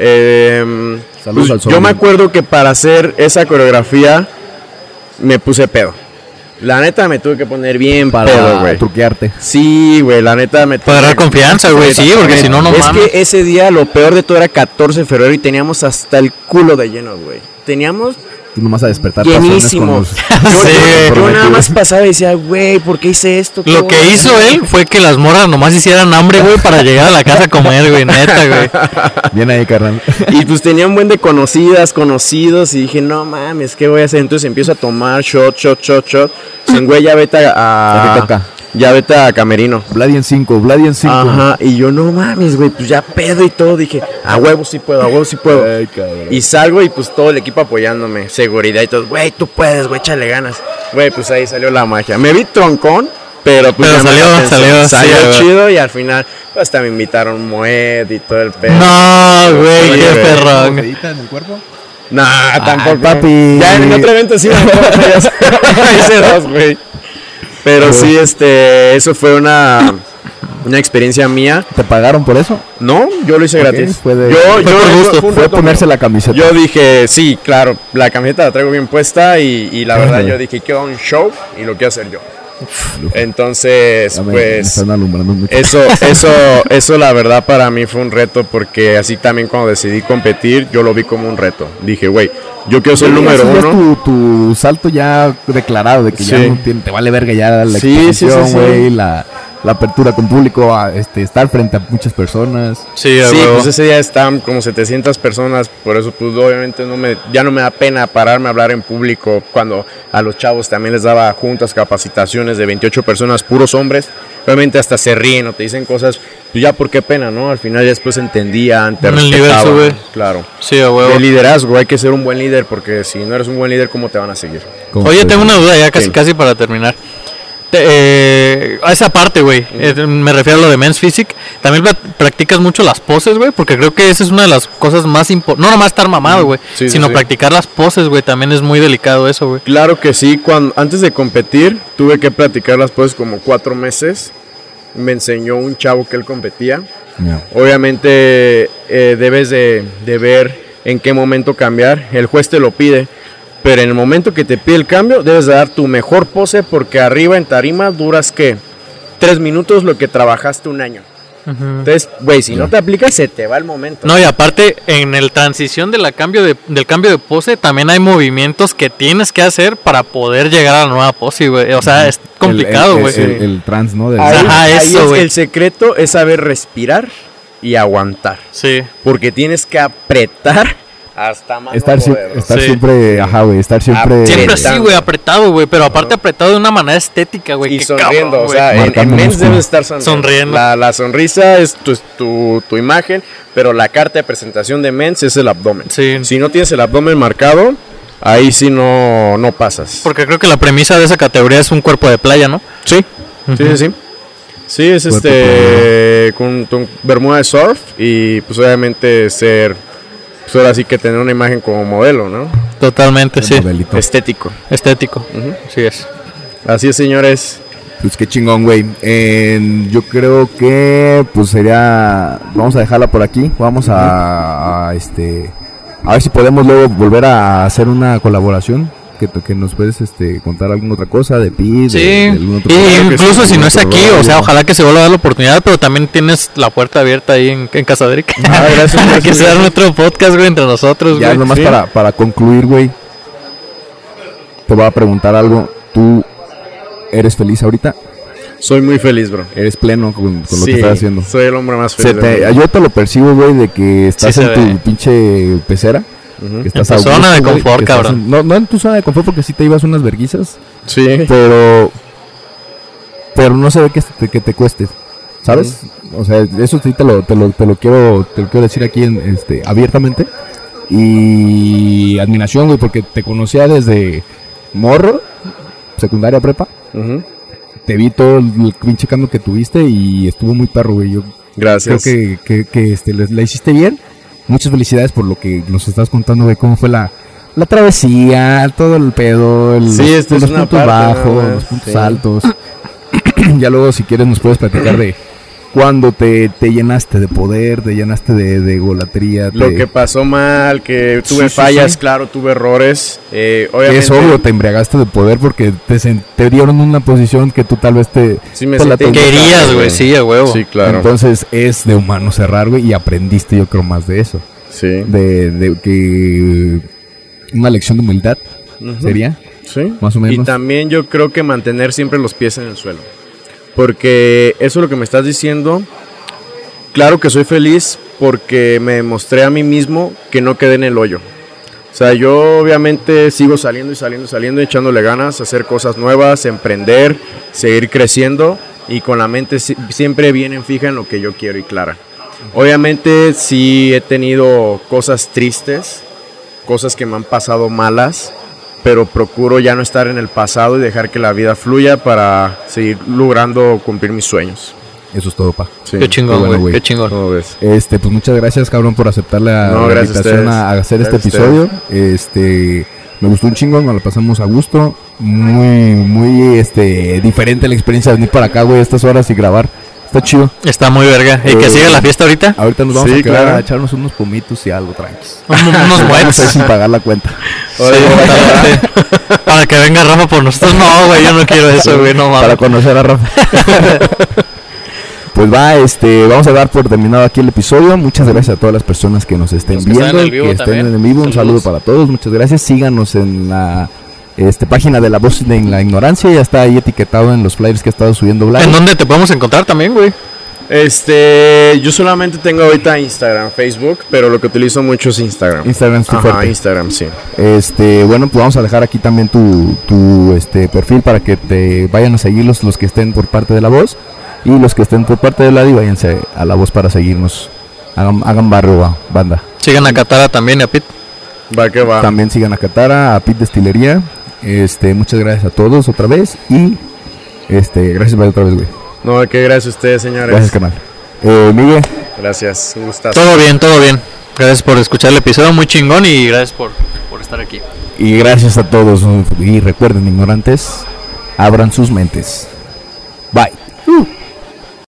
Speaker 3: Eh,
Speaker 1: Saludos
Speaker 3: pues,
Speaker 1: al Soul
Speaker 3: yo me
Speaker 1: Gym.
Speaker 3: acuerdo que para hacer esa coreografía me puse pedo. La neta me tuve que poner bien pedo,
Speaker 1: Para
Speaker 3: güey.
Speaker 1: truquearte.
Speaker 3: Sí, güey, la neta me
Speaker 2: Para dar confianza, güey, Pues sí, porque si no, no
Speaker 3: Es
Speaker 2: mames.
Speaker 3: que ese día lo peor de todo era 14 de febrero y teníamos hasta el culo de lleno, güey. Teníamos
Speaker 1: Tú nomás a despertar pasiones con
Speaker 3: llenísimo.
Speaker 1: los...
Speaker 3: Yo,
Speaker 2: Sí.
Speaker 3: yo- yo nada
Speaker 1: Comprometido.
Speaker 3: más pasaba y decía, güey, ¿por qué hice esto?
Speaker 2: Lo que hizo él fue que las morras nomás hicieran hambre, güey, para llegar a la casa a comer, güey, neta, güey.
Speaker 1: Bien ahí, carnal.
Speaker 3: Y pues tenía un buen de conocidas, conocidos, y dije, no mames, ¿qué voy a hacer? Entonces empiezo a tomar shot, shot, shot, shot. Sin güey, ya vete
Speaker 1: Ya
Speaker 3: a.
Speaker 1: te
Speaker 3: a
Speaker 1: toca.
Speaker 3: ya vete a Camerino.
Speaker 1: Vladi en 5, Vladi en 5.
Speaker 3: Ajá, y yo no mames, güey, pues ya pedo y todo. Dije, a huevo sí puedo, a huevo sí puedo.
Speaker 1: Ay, cabrón.
Speaker 3: Y salgo y pues todo el equipo apoyándome, seguridad y todo. Güey, tú puedes, güey, échale ganas. Güey, pues ahí salió la magia. Me vi troncón, pero pues
Speaker 2: Pero
Speaker 3: llamé la
Speaker 2: salió, salió,
Speaker 3: atención. salió
Speaker 2: sí,
Speaker 3: chido y al final pues, hasta me invitaron Moed y todo el pedo.
Speaker 2: No, güey, qué
Speaker 3: Oye,
Speaker 2: perrón.
Speaker 1: en el cuerpo?
Speaker 3: Nah, tampoco.
Speaker 1: papi.
Speaker 3: Ya en otro evento sí me acuerdo, ya sé. hice dos, güey. Pero sí, este, eso fue una, una experiencia mía.
Speaker 1: ¿Te pagaron por eso?
Speaker 3: No, yo lo hice
Speaker 1: Ok,
Speaker 3: gratis.
Speaker 1: fue de-
Speaker 3: yo,
Speaker 1: Fue
Speaker 3: yo-
Speaker 2: por
Speaker 3: yo-
Speaker 2: gusto,
Speaker 3: fue un
Speaker 1: Fue
Speaker 3: reto mío.
Speaker 1: ponerse la camiseta.
Speaker 3: Yo dije, sí, claro, la camiseta la traigo bien puesta y, y la verdad
Speaker 1: Ajá.
Speaker 3: yo dije, quiero un show y lo quiero hacer yo. Entonces,
Speaker 1: Ya me- me
Speaker 3: pues,
Speaker 1: están alumbrando mucho.
Speaker 3: eso, eso, eso la verdad para mí fue un reto porque así también cuando decidí competir, yo lo vi como un reto. Dije, güey, yo quiero ser el
Speaker 1: Sí,
Speaker 3: número
Speaker 1: eso ya es
Speaker 3: uno.
Speaker 1: Tu, tu salto ya declarado de que ya
Speaker 3: Sí.
Speaker 1: no tiene- te vale verga ya la
Speaker 3: Sí,
Speaker 1: exposición,
Speaker 3: sí, sí, sí.
Speaker 1: güey, la, la apertura con público, a, este, estar frente a muchas personas.
Speaker 2: Sí, a
Speaker 3: Sí,
Speaker 2: huevo.
Speaker 3: pues ese día estaban como 700 personas, por eso pues obviamente no me, ya no me da pena pararme a hablar en público cuando a los chavos también les daba juntas, capacitaciones de 28 personas, puros hombres, obviamente hasta se ríen o te dicen cosas, pues ya por qué pena, ¿no? Al final ya después entendían, te
Speaker 2: En el nivel
Speaker 3: respetaban,
Speaker 2: sube.
Speaker 3: claro.
Speaker 2: Sí, a huevo.
Speaker 3: El liderazgo, hay que ser un buen líder porque si no eres un buen líder, ¿cómo te van a seguir?
Speaker 1: Como
Speaker 2: Oye,
Speaker 1: que-
Speaker 2: tengo una duda ya casi,
Speaker 3: Sí.
Speaker 2: casi para terminar. Te- eh, a esa parte, güey, eh, me refiero a lo de Men's Physique. También pla- practicas mucho las poses, güey, porque creo que esa es una de las cosas más importantes. No nomás estar mamado, güey,
Speaker 3: Sí, sí,
Speaker 2: sino
Speaker 3: sí.
Speaker 2: practicar las poses, güey. También es muy delicado eso, güey.
Speaker 3: Claro que sí, cuando, antes de competir tuve que practicar las poses como cuatro meses, me enseñó un chavo que él competía.
Speaker 1: No.
Speaker 3: Obviamente eh, debes de, de ver en qué momento cambiar. El juez te lo pide. Pero en el momento que te pide el cambio, debes de dar tu mejor pose porque arriba en tarima duras que tres minutos lo que trabajaste un año. Entonces, güey, si no te aplicas, se te va el momento.
Speaker 2: No, y aparte, en el transición de la cambio de, del cambio de pose, también hay movimientos que tienes que hacer para poder llegar a la nueva pose, güey. O sea, es complicado,
Speaker 1: El-
Speaker 2: güey.
Speaker 1: el- El, el trans, ¿no? De-
Speaker 3: Ahí-
Speaker 2: Ajá,
Speaker 3: ahí
Speaker 2: eso,
Speaker 3: es-
Speaker 2: güey.
Speaker 3: el secreto es saber respirar y aguantar.
Speaker 2: Sí.
Speaker 3: Porque tienes que apretar, Hasta más. no
Speaker 1: Estar, si-
Speaker 3: poder.
Speaker 1: estar
Speaker 2: Sí.
Speaker 1: siempre, ajá, güey,
Speaker 3: Ah,
Speaker 1: estar siempre...
Speaker 2: Siempre
Speaker 3: Apretando.
Speaker 2: así, güey, apretado, güey, pero aparte apretado de una manera estética, güey.
Speaker 3: Y
Speaker 2: qué
Speaker 3: sonriendo,
Speaker 2: cabrón,
Speaker 3: o
Speaker 2: güey.
Speaker 3: sea, en,
Speaker 1: Marcando
Speaker 3: en Men's
Speaker 1: músculo.
Speaker 3: debes estar sonriendo.
Speaker 2: Sonriendo.
Speaker 3: La, la sonrisa es tu, tu, tu imagen, pero la carta de presentación de Men's es el abdomen.
Speaker 2: Sí.
Speaker 3: Si no tienes el abdomen marcado, ahí sí no, no pasas.
Speaker 2: Porque creo que la premisa de esa categoría es un cuerpo de playa, ¿no?
Speaker 3: Sí, sí, sí, sí. Sí, es
Speaker 1: Cuerpo
Speaker 3: este con, con bermuda de surf y pues obviamente ser, pues ahora sí que tener una imagen como modelo, ¿no?
Speaker 2: Totalmente, sí.
Speaker 1: Modelito.
Speaker 3: Estético.
Speaker 2: Estético.
Speaker 3: Ujú.
Speaker 2: Así es.
Speaker 3: Así es, señores.
Speaker 1: Pues qué chingón, güey. En- yo creo que pues sería. Vamos a dejarla por aquí. Vamos a, a, este. A ver si podemos luego volver a hacer una colaboración. Que, to- que nos puedes este, contar alguna otra cosa de ti. de-
Speaker 2: Sí,
Speaker 1: de algún otro
Speaker 2: y
Speaker 1: programa que
Speaker 2: incluso
Speaker 1: sí,
Speaker 2: si
Speaker 1: otro
Speaker 2: no es aquí,
Speaker 1: programa.
Speaker 2: o sea, ojalá que se vuelva a dar la oportunidad, pero también tienes la puerta abierta ahí en, en Casa de Eric.
Speaker 3: Ah, gracias,
Speaker 2: Para que
Speaker 3: gracias,
Speaker 2: se haga
Speaker 3: gracias.
Speaker 2: otro podcast, güey, entre nosotros,
Speaker 1: Ya
Speaker 2: güey.
Speaker 1: nomás
Speaker 3: sí.
Speaker 1: para, para concluir, güey. Te voy a preguntar algo. ¿Tú eres feliz ahorita?
Speaker 3: Soy muy feliz, bro.
Speaker 1: ¿Eres pleno con, con lo
Speaker 3: Sí,
Speaker 1: que estás haciendo?
Speaker 3: Soy el hombre más
Speaker 1: Se
Speaker 3: feliz.
Speaker 1: te-
Speaker 3: del mundo.
Speaker 1: yo te lo percibo, güey, de que estás
Speaker 2: se
Speaker 1: en tu
Speaker 2: ve.
Speaker 1: pinche pecera.
Speaker 3: Ujú.
Speaker 1: que estás
Speaker 2: En tu
Speaker 1: a
Speaker 2: zona de
Speaker 1: güey,
Speaker 2: confort,
Speaker 1: que estás
Speaker 2: cabrón.
Speaker 1: en- no, no en tu zona de confort porque sí te ibas unas verguizas,
Speaker 3: Sí.
Speaker 1: pero. Pero no se ve que te, que te cueste, ¿sabes? O sea, eso sí te lo, te lo, te lo quiero, te lo quiero decir aquí en, este, abiertamente. Y admiración, güey, porque te conocía desde morro, secundaria prepa.
Speaker 3: Ujú.
Speaker 1: Te vi todo el pinche cambio que tuviste y estuvo muy perro, güey. Yo creo
Speaker 3: Gracias.
Speaker 1: que, que, que, este, la, la hiciste bien. Muchas felicidades por lo que nos estás contando de cómo fue la, la travesía, todo el pedo, el-
Speaker 3: Sí, esta es
Speaker 1: los
Speaker 3: una
Speaker 1: puntos
Speaker 3: parte nada
Speaker 1: bajos,
Speaker 3: más,
Speaker 1: los puntos
Speaker 3: sí.
Speaker 1: altos. ya luego, si quieres, nos puedes platicar de cuando te, te llenaste de poder, te llenaste de, de golatría.
Speaker 3: Lo que pasó mal, que tuve
Speaker 1: Sí, sí,
Speaker 3: fallas,
Speaker 1: sí.
Speaker 3: claro, tuve errores. eh, obviamente,
Speaker 1: es obvio, te embriagaste de poder porque te, sen- te dieron una posición que tú tal vez te...
Speaker 3: sí me
Speaker 1: Pues la
Speaker 3: sentí
Speaker 1: tengo.
Speaker 2: Querías,
Speaker 3: incapaz,
Speaker 2: güey, sí, a huevo.
Speaker 3: Sí, claro.
Speaker 1: Entonces es de humano cerrar, güey, y aprendiste yo creo más de eso.
Speaker 3: sí.
Speaker 1: de, de que una lección de humildad
Speaker 3: Ujú.
Speaker 1: sería
Speaker 3: Sí.
Speaker 1: más o
Speaker 3: Y
Speaker 1: menos
Speaker 3: también yo creo que mantener siempre los pies en el suelo. Porque eso es lo que me estás diciendo. Claro que soy feliz porque me demostré a mí mismo que no quedé en el hoyo. O sea, yo obviamente sigo saliendo y saliendo y saliendo, echándole ganas, hacer cosas nuevas, emprender, seguir creciendo y con la mente si- siempre bien en fija en lo que yo quiero y clara. Obviamente sí he tenido cosas tristes, cosas que me han pasado malas, pero procuro ya no estar en el pasado y dejar que la vida fluya para seguir logrando cumplir mis sueños.
Speaker 1: eso es todo pa
Speaker 3: Sí.
Speaker 2: Qué
Speaker 1: Qué
Speaker 2: chingón,
Speaker 1: bueno,
Speaker 2: güey.
Speaker 1: güey.
Speaker 2: qué chingón.
Speaker 3: ¿Cómo ves?
Speaker 1: este pues muchas gracias cabrón por aceptar la,
Speaker 3: No,
Speaker 1: la
Speaker 3: gracias a
Speaker 1: invitación
Speaker 3: ustedes.
Speaker 1: a, a hacer este
Speaker 3: Gracias a
Speaker 1: episodio este me gustó un chingo nos la pasamos a gusto muy muy este diferente la experiencia de venir para acá güey a estas horas y grabar está chido
Speaker 2: Está muy verga. ¿Y
Speaker 1: Eh,
Speaker 2: que siga la fiesta ahorita?
Speaker 1: ahorita nos vamos
Speaker 3: Sí,
Speaker 1: a quedar
Speaker 3: claro.
Speaker 1: a echarnos unos pomitos y algo tranquis
Speaker 2: Un- Unos
Speaker 1: Vamos a ir
Speaker 2: buenos.
Speaker 1: sin pagar la cuenta
Speaker 3: Ahora
Speaker 2: Sí,
Speaker 3: yo voy a grabar.
Speaker 2: totalmente. Para que venga Rafa por nosotros. No, güey, yo no quiero eso, güey, no
Speaker 1: para
Speaker 2: mames.
Speaker 1: conocer a Rafa. pues va, este, vamos a dar por terminado aquí el episodio. Muchas gracias a todas las personas que nos estén
Speaker 2: Los que
Speaker 1: viendo,
Speaker 2: están en el vivo
Speaker 1: que estén
Speaker 2: también.
Speaker 1: en el vivo. Un saludo
Speaker 2: Saludos.
Speaker 1: para todos. Muchas gracias. Síganos en la este, página de la voz de la ignorancia. Ya está ahí etiquetado en los flyers que ha estado subiendo Blas.
Speaker 2: ¿En dónde te podemos encontrar también, güey?
Speaker 3: Este, yo solamente tengo ahorita Instagram, Facebook, pero lo que utilizo mucho es Instagram.
Speaker 1: Instagram es tu
Speaker 3: Ajá,
Speaker 1: fuerte.
Speaker 3: Instagram, sí.
Speaker 1: Este, bueno, pues vamos a dejar aquí también tu, tu, este, perfil para que te vayan a seguir los, los que estén por parte de la voz y los que estén por parte de la y váyanse a la voz para seguirnos. Hagan, hagan barrio, va, banda.
Speaker 2: Sigan a Katara también y a Pit.
Speaker 3: Va que va.
Speaker 1: También sigan a Catara, a Pit Destilería. Este, muchas gracias a todos otra vez y este, gracias por otra vez, güey.
Speaker 3: No, que gracias a ustedes, señores.
Speaker 1: Gracias, canal. Eh, Miguel,
Speaker 3: Gracias, un gustazo.
Speaker 2: Todo bien, todo bien. Gracias por escuchar el episodio, muy chingón y gracias por, por estar aquí.
Speaker 1: y gracias a todos. Y recuerden, ignorantes, abran sus mentes. Bye.